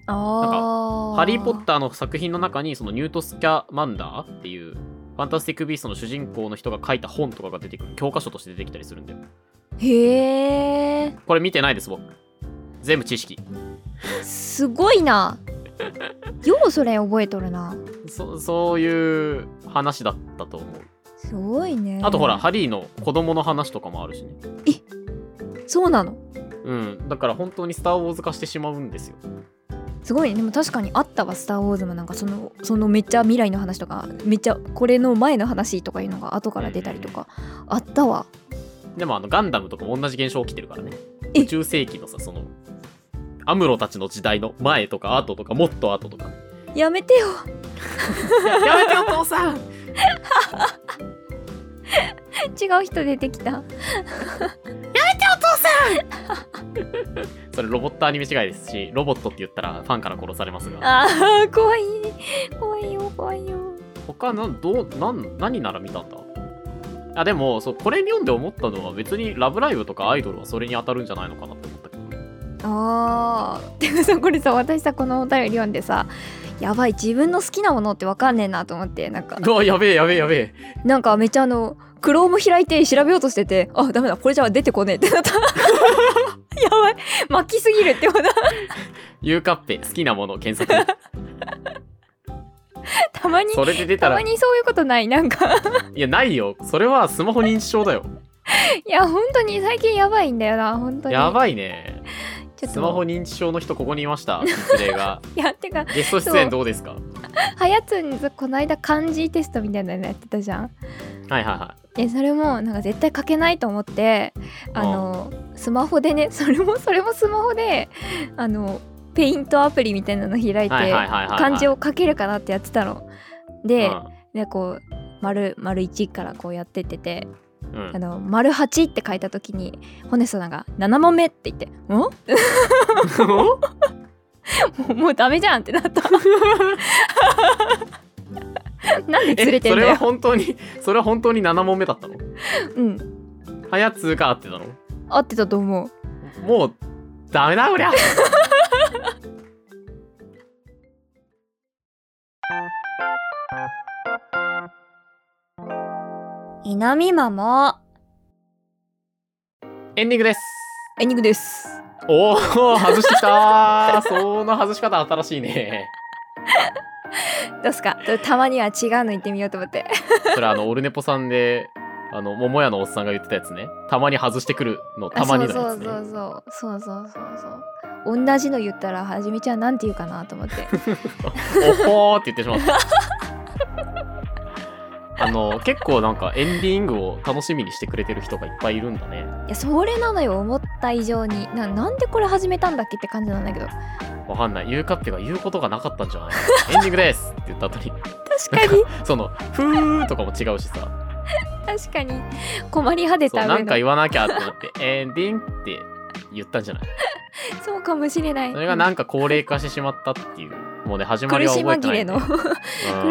[SPEAKER 2] ああ
[SPEAKER 1] ハリー・ポッターの作品の中にそのニュート・スキャマンダーっていうファンタスティック・ビーストの主人公の人が書いた本とかが出てくる教科書として出てきたりするんだよ
[SPEAKER 2] へえ
[SPEAKER 1] これ見てないです僕全部知識
[SPEAKER 2] すごいなようそれ覚えとるな
[SPEAKER 1] そそういう話だったと思う
[SPEAKER 2] すごいね
[SPEAKER 1] あとほら、ハリーの子供の話とかもあるしね
[SPEAKER 2] そうなの
[SPEAKER 1] うんだから本当に「スター・ウォーズ」化してしまうんですよ
[SPEAKER 2] すごいねでも確かにあったわ「スター・ウォーズ」もなんかそのそのめっちゃ未来の話とかめっちゃこれの前の話とかいうのが後から出たりとかあったわ
[SPEAKER 1] でもあのガンダムとかも同じ現象起きてるからね
[SPEAKER 2] え
[SPEAKER 1] 宇宙世紀のさそのアムロたちの時代の前とか後とかもっと後とか
[SPEAKER 2] やめてよ
[SPEAKER 1] ややめてお父さん
[SPEAKER 2] 違う人出てきた
[SPEAKER 1] それロボットアニメ違いですしロボットって言ったらファンから殺されますが
[SPEAKER 2] あー怖い怖いよ怖いよ
[SPEAKER 1] 他なんどうなん何なら見たんだあでもそうこれ読んで思ったのは別に「ラブライブ!」とかアイドルはそれに当たるんじゃないのかなって思ったけどね
[SPEAKER 2] あーてかさこれさ私さこのお便り読んでさやばい自分の好きなものってわかんねえなと思ってなん か
[SPEAKER 1] うわやべえやべえやべえ
[SPEAKER 2] なんかめっちゃあのクローム開いて調べようとしててあダメだこれじゃ出てこねえって なったやばい巻きすぎるって思った
[SPEAKER 1] ゆうかっぺ好きなもの検索
[SPEAKER 2] たまに
[SPEAKER 1] それで出た
[SPEAKER 2] た
[SPEAKER 1] ら
[SPEAKER 2] ま
[SPEAKER 1] い
[SPEAKER 2] にそういうことないなんか
[SPEAKER 1] やないよそれはスマホ認知症だよ
[SPEAKER 2] いや本当に最近やばいんだよな本当に
[SPEAKER 1] やばいね
[SPEAKER 2] ちょっと
[SPEAKER 1] スマホ認知症の人ここにいました失礼が
[SPEAKER 2] いやてか
[SPEAKER 1] ゲスト出演どうですか
[SPEAKER 2] はやつんこの間漢字テストみたいなのやってたじゃん
[SPEAKER 1] はいはいはい
[SPEAKER 2] でそれもなんか絶対書けないと思ってあのスマホでねそれもそれもスマホであのペイントアプリみたいなの開
[SPEAKER 1] はい
[SPEAKER 2] い
[SPEAKER 1] はい
[SPEAKER 2] て
[SPEAKER 1] はいはい
[SPEAKER 2] 漢字
[SPEAKER 1] を
[SPEAKER 2] を書けるかなってやってたの。
[SPEAKER 1] う
[SPEAKER 2] で、
[SPEAKER 1] ん
[SPEAKER 2] でこう丸丸1からこうやってってて
[SPEAKER 1] う
[SPEAKER 2] 「あ
[SPEAKER 1] ん、
[SPEAKER 2] の丸8」って書いた時にホネストさんが「7問目」って言って「ん もうもうダメじゃん」ってなった なんでずれてん
[SPEAKER 1] そ
[SPEAKER 2] だ
[SPEAKER 1] れは
[SPEAKER 2] よ、
[SPEAKER 1] 本当にそれは本当に7問目だったの
[SPEAKER 2] うん、
[SPEAKER 1] はやつーが合ってたの
[SPEAKER 2] 合ってたと思う
[SPEAKER 1] もうダメだこりゃ
[SPEAKER 2] 南ママ
[SPEAKER 1] エンディングです
[SPEAKER 2] エンディングです
[SPEAKER 1] おお外してきたーその外し方新しいね
[SPEAKER 2] どうっすかたまには違うの言ってみようと思って
[SPEAKER 1] それあのオルネポさんであの桃屋のおっさんが言ってたやつねたまに外してくるの たまにのやつね
[SPEAKER 2] そうそうそうそうそうそうそうそう同じの言ったらはじめちゃんなんて言うかなと 思って
[SPEAKER 1] おほーって言ってしまったあの結構なんかエンディングを楽しみにしてくれてる人がいっぱいいるんだね
[SPEAKER 2] いやそれなのよ思った以上にななんでこれ始めたんだっけって感じなんだけど
[SPEAKER 1] わかんない言うかってが言うことがなかったんじゃないエンディングですって言った後に
[SPEAKER 2] 確かに
[SPEAKER 1] その「ふー」とかも違うしさ
[SPEAKER 2] 確かに困り果て
[SPEAKER 1] そう
[SPEAKER 2] た
[SPEAKER 1] な
[SPEAKER 2] 上
[SPEAKER 1] んか
[SPEAKER 2] の
[SPEAKER 1] 言わなきゃと思って「エンディング」って言ったんじゃない
[SPEAKER 2] そうかもしれない
[SPEAKER 1] それがなんか高齢化してしまったっていうもうね始まり
[SPEAKER 2] 苦
[SPEAKER 1] は
[SPEAKER 2] し
[SPEAKER 1] 覚えて
[SPEAKER 2] 紛
[SPEAKER 1] な
[SPEAKER 2] れ
[SPEAKER 1] いんで、
[SPEAKER 2] の苦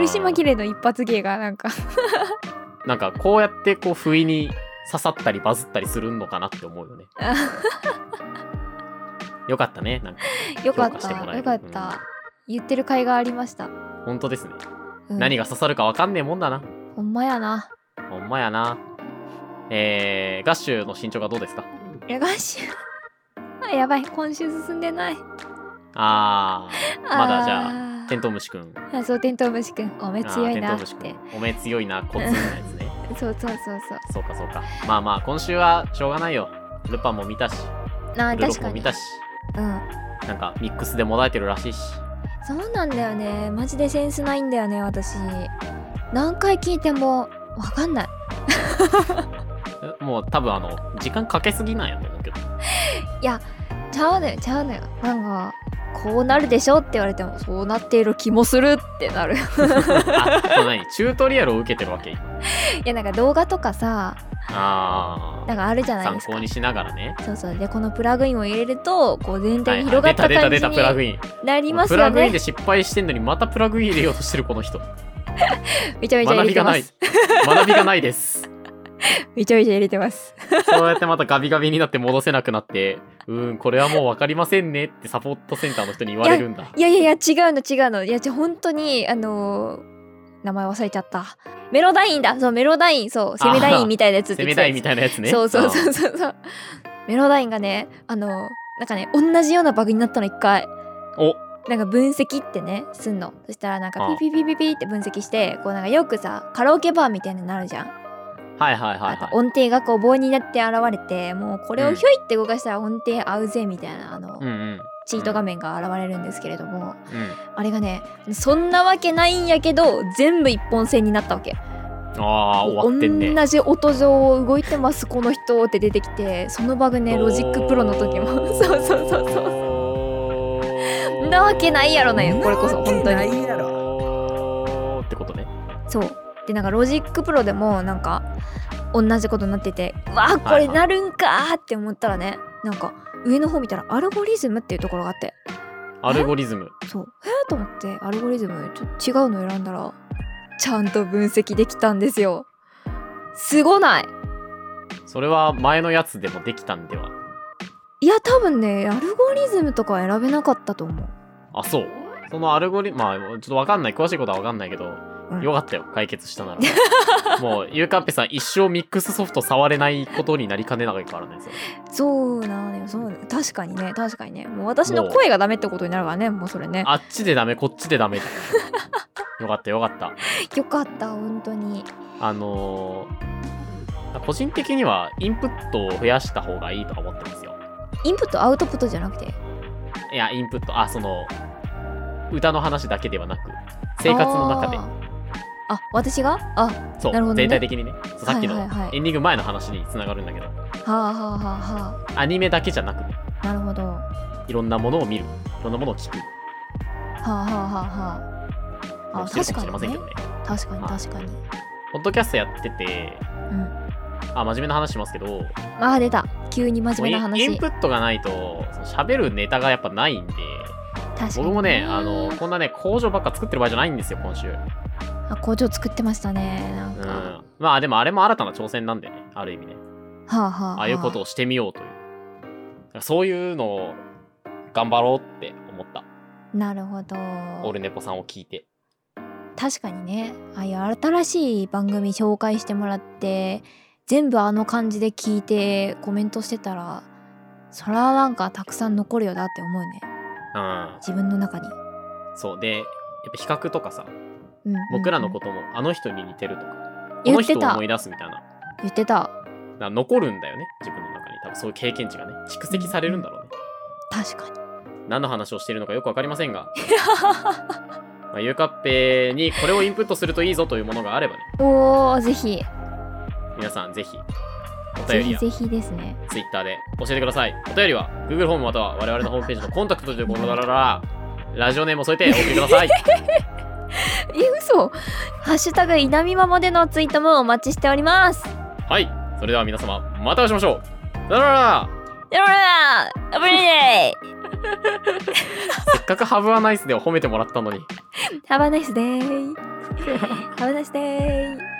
[SPEAKER 2] し
[SPEAKER 1] うん
[SPEAKER 2] 紛れの一発芸 がなんか
[SPEAKER 1] なんかこうやってこう不意に刺さったりバズったりするのかなって思うよね
[SPEAKER 2] あ
[SPEAKER 1] よかったねなんか
[SPEAKER 2] よかっ
[SPEAKER 1] 評価してもらえ
[SPEAKER 2] た
[SPEAKER 1] る
[SPEAKER 2] よかった、言ってる甲斐がありました、
[SPEAKER 1] 本当ですね、
[SPEAKER 2] うん
[SPEAKER 1] 何が刺さるかわかんねえもんだな
[SPEAKER 2] ほんまやな
[SPEAKER 1] ほんまやなえー、ガッシュの身長がどうですか
[SPEAKER 2] レガシュあやばい今週進んでない
[SPEAKER 1] あーまだじゃあ
[SPEAKER 2] あ
[SPEAKER 1] テントウムシくん
[SPEAKER 2] あそうテントウムシくんおめ
[SPEAKER 1] あ
[SPEAKER 2] 強
[SPEAKER 1] ー
[SPEAKER 2] い
[SPEAKER 1] テント
[SPEAKER 2] な
[SPEAKER 1] ウ
[SPEAKER 2] っ
[SPEAKER 1] ムシく
[SPEAKER 2] て
[SPEAKER 1] んおめえ強いなコツみたいなやつね
[SPEAKER 2] そうそうそうそう
[SPEAKER 1] そうかそうかまあまあ今週はしょうがないよルパンも見たし
[SPEAKER 2] な
[SPEAKER 1] ルロ
[SPEAKER 2] 確
[SPEAKER 1] クも
[SPEAKER 2] かに
[SPEAKER 1] 見たし
[SPEAKER 2] うん
[SPEAKER 1] なんかミックスでもだえてるらしいし
[SPEAKER 2] そうなんだよねマジでセンスないんだよね私何回聞いてもわかんない
[SPEAKER 1] えもう多分あの時間かけすぎなんやと思うけ ど
[SPEAKER 2] ちゃうのよちゃうのよなんかこうなるでしょって言われてもそうなっている気もするってなる い
[SPEAKER 1] あそう何チュートリアルを受けてるわけ
[SPEAKER 2] やなんか動画とかさ
[SPEAKER 1] あ
[SPEAKER 2] なんかあるじゃ
[SPEAKER 1] あ
[SPEAKER 2] ない
[SPEAKER 1] 参
[SPEAKER 2] です
[SPEAKER 1] 考
[SPEAKER 2] か
[SPEAKER 1] にしながらね
[SPEAKER 2] そうそうでこのプラグインを入れるとこう全体に
[SPEAKER 1] はい
[SPEAKER 2] 広が
[SPEAKER 1] はい
[SPEAKER 2] った
[SPEAKER 1] 出た
[SPEAKER 2] 感
[SPEAKER 1] 出
[SPEAKER 2] じ
[SPEAKER 1] たプラグ
[SPEAKER 2] に
[SPEAKER 1] イン
[SPEAKER 2] なります
[SPEAKER 1] プ
[SPEAKER 2] よ
[SPEAKER 1] ラグイン
[SPEAKER 2] ね
[SPEAKER 1] で失敗してんのにまたプラグイン入れようとしてるこの人
[SPEAKER 2] めちゃめちゃ
[SPEAKER 1] 学
[SPEAKER 2] 入れ
[SPEAKER 1] び
[SPEAKER 2] て
[SPEAKER 1] が
[SPEAKER 2] ま
[SPEAKER 1] ない
[SPEAKER 2] す
[SPEAKER 1] 学びがないです
[SPEAKER 2] めちゃめちゃ入れてます
[SPEAKER 1] そうやってまたガビガビになって戻せなくなってうーんこれはもう分かりませんねってサポートセンターの人に言われるんだ
[SPEAKER 2] いやいやいや違うの違うのいやちょ本当にあのー名前忘れちゃったメロダインだそうメロダインそうセメダインみたいなやつって
[SPEAKER 1] 攻
[SPEAKER 2] 言
[SPEAKER 1] め
[SPEAKER 2] ってた
[SPEAKER 1] た
[SPEAKER 2] や
[SPEAKER 1] い
[SPEAKER 2] つ
[SPEAKER 1] みたいなやつね
[SPEAKER 2] そうそう
[SPEAKER 1] うん
[SPEAKER 2] そうそうそうメロダインがねあのなんかね同じようなバグになったの一回
[SPEAKER 1] お
[SPEAKER 2] なんか分析ってねすんのそしたらなんか
[SPEAKER 1] ああ
[SPEAKER 2] ピピピピピって分析してこうなんかよくさカラオケバーみたいになるじゃん、
[SPEAKER 1] はいはいはいは
[SPEAKER 2] あと音程がこう棒になって現れてもうこれをひょいって動かしたら音程合うぜみたいなあの、
[SPEAKER 1] いうんうん
[SPEAKER 2] チート画面が現れるんですけれども
[SPEAKER 1] うん
[SPEAKER 2] あれがねそんなわけないんやけど全部一本線になったわけ
[SPEAKER 1] ああ終わってんね
[SPEAKER 2] 同じ音上を動いてますこの人って出てきてそのバグねロジックプロの時も そうそうそうそう
[SPEAKER 1] そ
[SPEAKER 2] なわけないやろなんよこれこそ本当に
[SPEAKER 1] にってことね
[SPEAKER 2] そうでなんかロジックプロでもなんか同じことになっててうわあこ
[SPEAKER 1] はい
[SPEAKER 2] れ
[SPEAKER 1] はい
[SPEAKER 2] なるんかーって思ったらねなんか上の方見たらアルゴリズムっていうところがあって
[SPEAKER 1] アルゴリズム
[SPEAKER 2] そうえーと思ってアルゴリズムちょっと違うの選んだらちゃんと分析できたんですよすごない
[SPEAKER 1] それは前のやつでもできたんではい
[SPEAKER 2] や多分ねアルゴリズムとかは選べなかったと思う
[SPEAKER 1] あそうそのアルゴリまあちょっとわかんない詳しいことはわかんないけど、
[SPEAKER 2] うん
[SPEAKER 1] よかったよ解決したなら もうゆうかっぺさん一生ミックスソフト触れないことになりかねないからね それ
[SPEAKER 2] そうなのよそうなの確かにね確かにねもう私の声がダメってことになるからねもうそれね
[SPEAKER 1] あっちでダメこっちでダメよかったよかった
[SPEAKER 2] よかった本当に
[SPEAKER 1] あのー個人的にはインプットを増やした方がいいとか思ってますよ
[SPEAKER 2] インプットアウトプットじゃなくて
[SPEAKER 1] いやインプットあその歌の話だけではなく生活の中で
[SPEAKER 2] あーあ私があは
[SPEAKER 1] そう、
[SPEAKER 2] なるほどね
[SPEAKER 1] 全体的にねそうさっきの
[SPEAKER 2] はいはいはい
[SPEAKER 1] エンディング前の話につながるんだけど、
[SPEAKER 2] あはあはあは
[SPEAKER 1] アニメだけじゃなくね
[SPEAKER 2] あなるほどは
[SPEAKER 1] いろんなものを見るいろんなものを聞く
[SPEAKER 2] あはあはあはああ
[SPEAKER 1] 知る
[SPEAKER 2] 確
[SPEAKER 1] かも
[SPEAKER 2] か
[SPEAKER 1] しれませ
[SPEAKER 2] に
[SPEAKER 1] んけ
[SPEAKER 2] ね
[SPEAKER 1] どね
[SPEAKER 2] 確かに
[SPEAKER 1] はい
[SPEAKER 2] 確かに
[SPEAKER 1] ポッドキャストやってて、
[SPEAKER 2] ん
[SPEAKER 1] あ真面目な話しますけど
[SPEAKER 2] あー出た急に真面目な
[SPEAKER 1] もうインイン
[SPEAKER 2] 話
[SPEAKER 1] プットがないとその喋るネタがやっぱないんで
[SPEAKER 2] 確かに
[SPEAKER 1] 僕もねあのこんなね工場ばっか作ってる場合じゃないんですよ今週、うん、
[SPEAKER 2] あ工場作ってましたねなんかは
[SPEAKER 1] まあでもあれも新たな挑戦なんでねある意味ね
[SPEAKER 2] あはあは
[SPEAKER 1] ああいうことをしてみようというだからそういうのを頑張ろうって思った
[SPEAKER 2] なるほど
[SPEAKER 1] オルネポさんを聞いて
[SPEAKER 2] 確かにねああいう新しい番組紹介してもらって全部あの感じで聞いてコメントしてたらそらなんかたくさん残るよなって思うね
[SPEAKER 1] うん
[SPEAKER 2] 自分の中に、
[SPEAKER 1] そうでやっぱ比較とかさ
[SPEAKER 2] うんうんうん
[SPEAKER 1] 僕らのこともあの人に似てるとか、こ
[SPEAKER 2] 言
[SPEAKER 1] の
[SPEAKER 2] って
[SPEAKER 1] 人を
[SPEAKER 2] た
[SPEAKER 1] 思い出すみたいなだか
[SPEAKER 2] 言ってた
[SPEAKER 1] ら残るんだよね自分の中に多分そういう経験値がね蓄積されるんだろうね、
[SPEAKER 2] 確かに
[SPEAKER 1] 何の話をしているのかよく分かりません がまあゆうかっぺにこれをインプットするといいぞというものがあればね
[SPEAKER 2] おーぜひ
[SPEAKER 1] 皆さんぜひお便
[SPEAKER 2] ぜ
[SPEAKER 1] り
[SPEAKER 2] ひ
[SPEAKER 1] や
[SPEAKER 2] ぜひですね
[SPEAKER 1] Twitter で教えてくださいお便りは Google ホームまたは我々のホームページのコンタクトという ボラララララジオネームを添えてお送りください
[SPEAKER 2] え嘘ハッシュタグいなみままでのツイートもお待ちしております
[SPEAKER 1] はいそれでは皆様またお会いしましょうさよなら
[SPEAKER 2] よろらあ ぶれ
[SPEAKER 1] せっかくハブはナイスで褒めてもらったのに
[SPEAKER 2] Have a nice day Have a nice day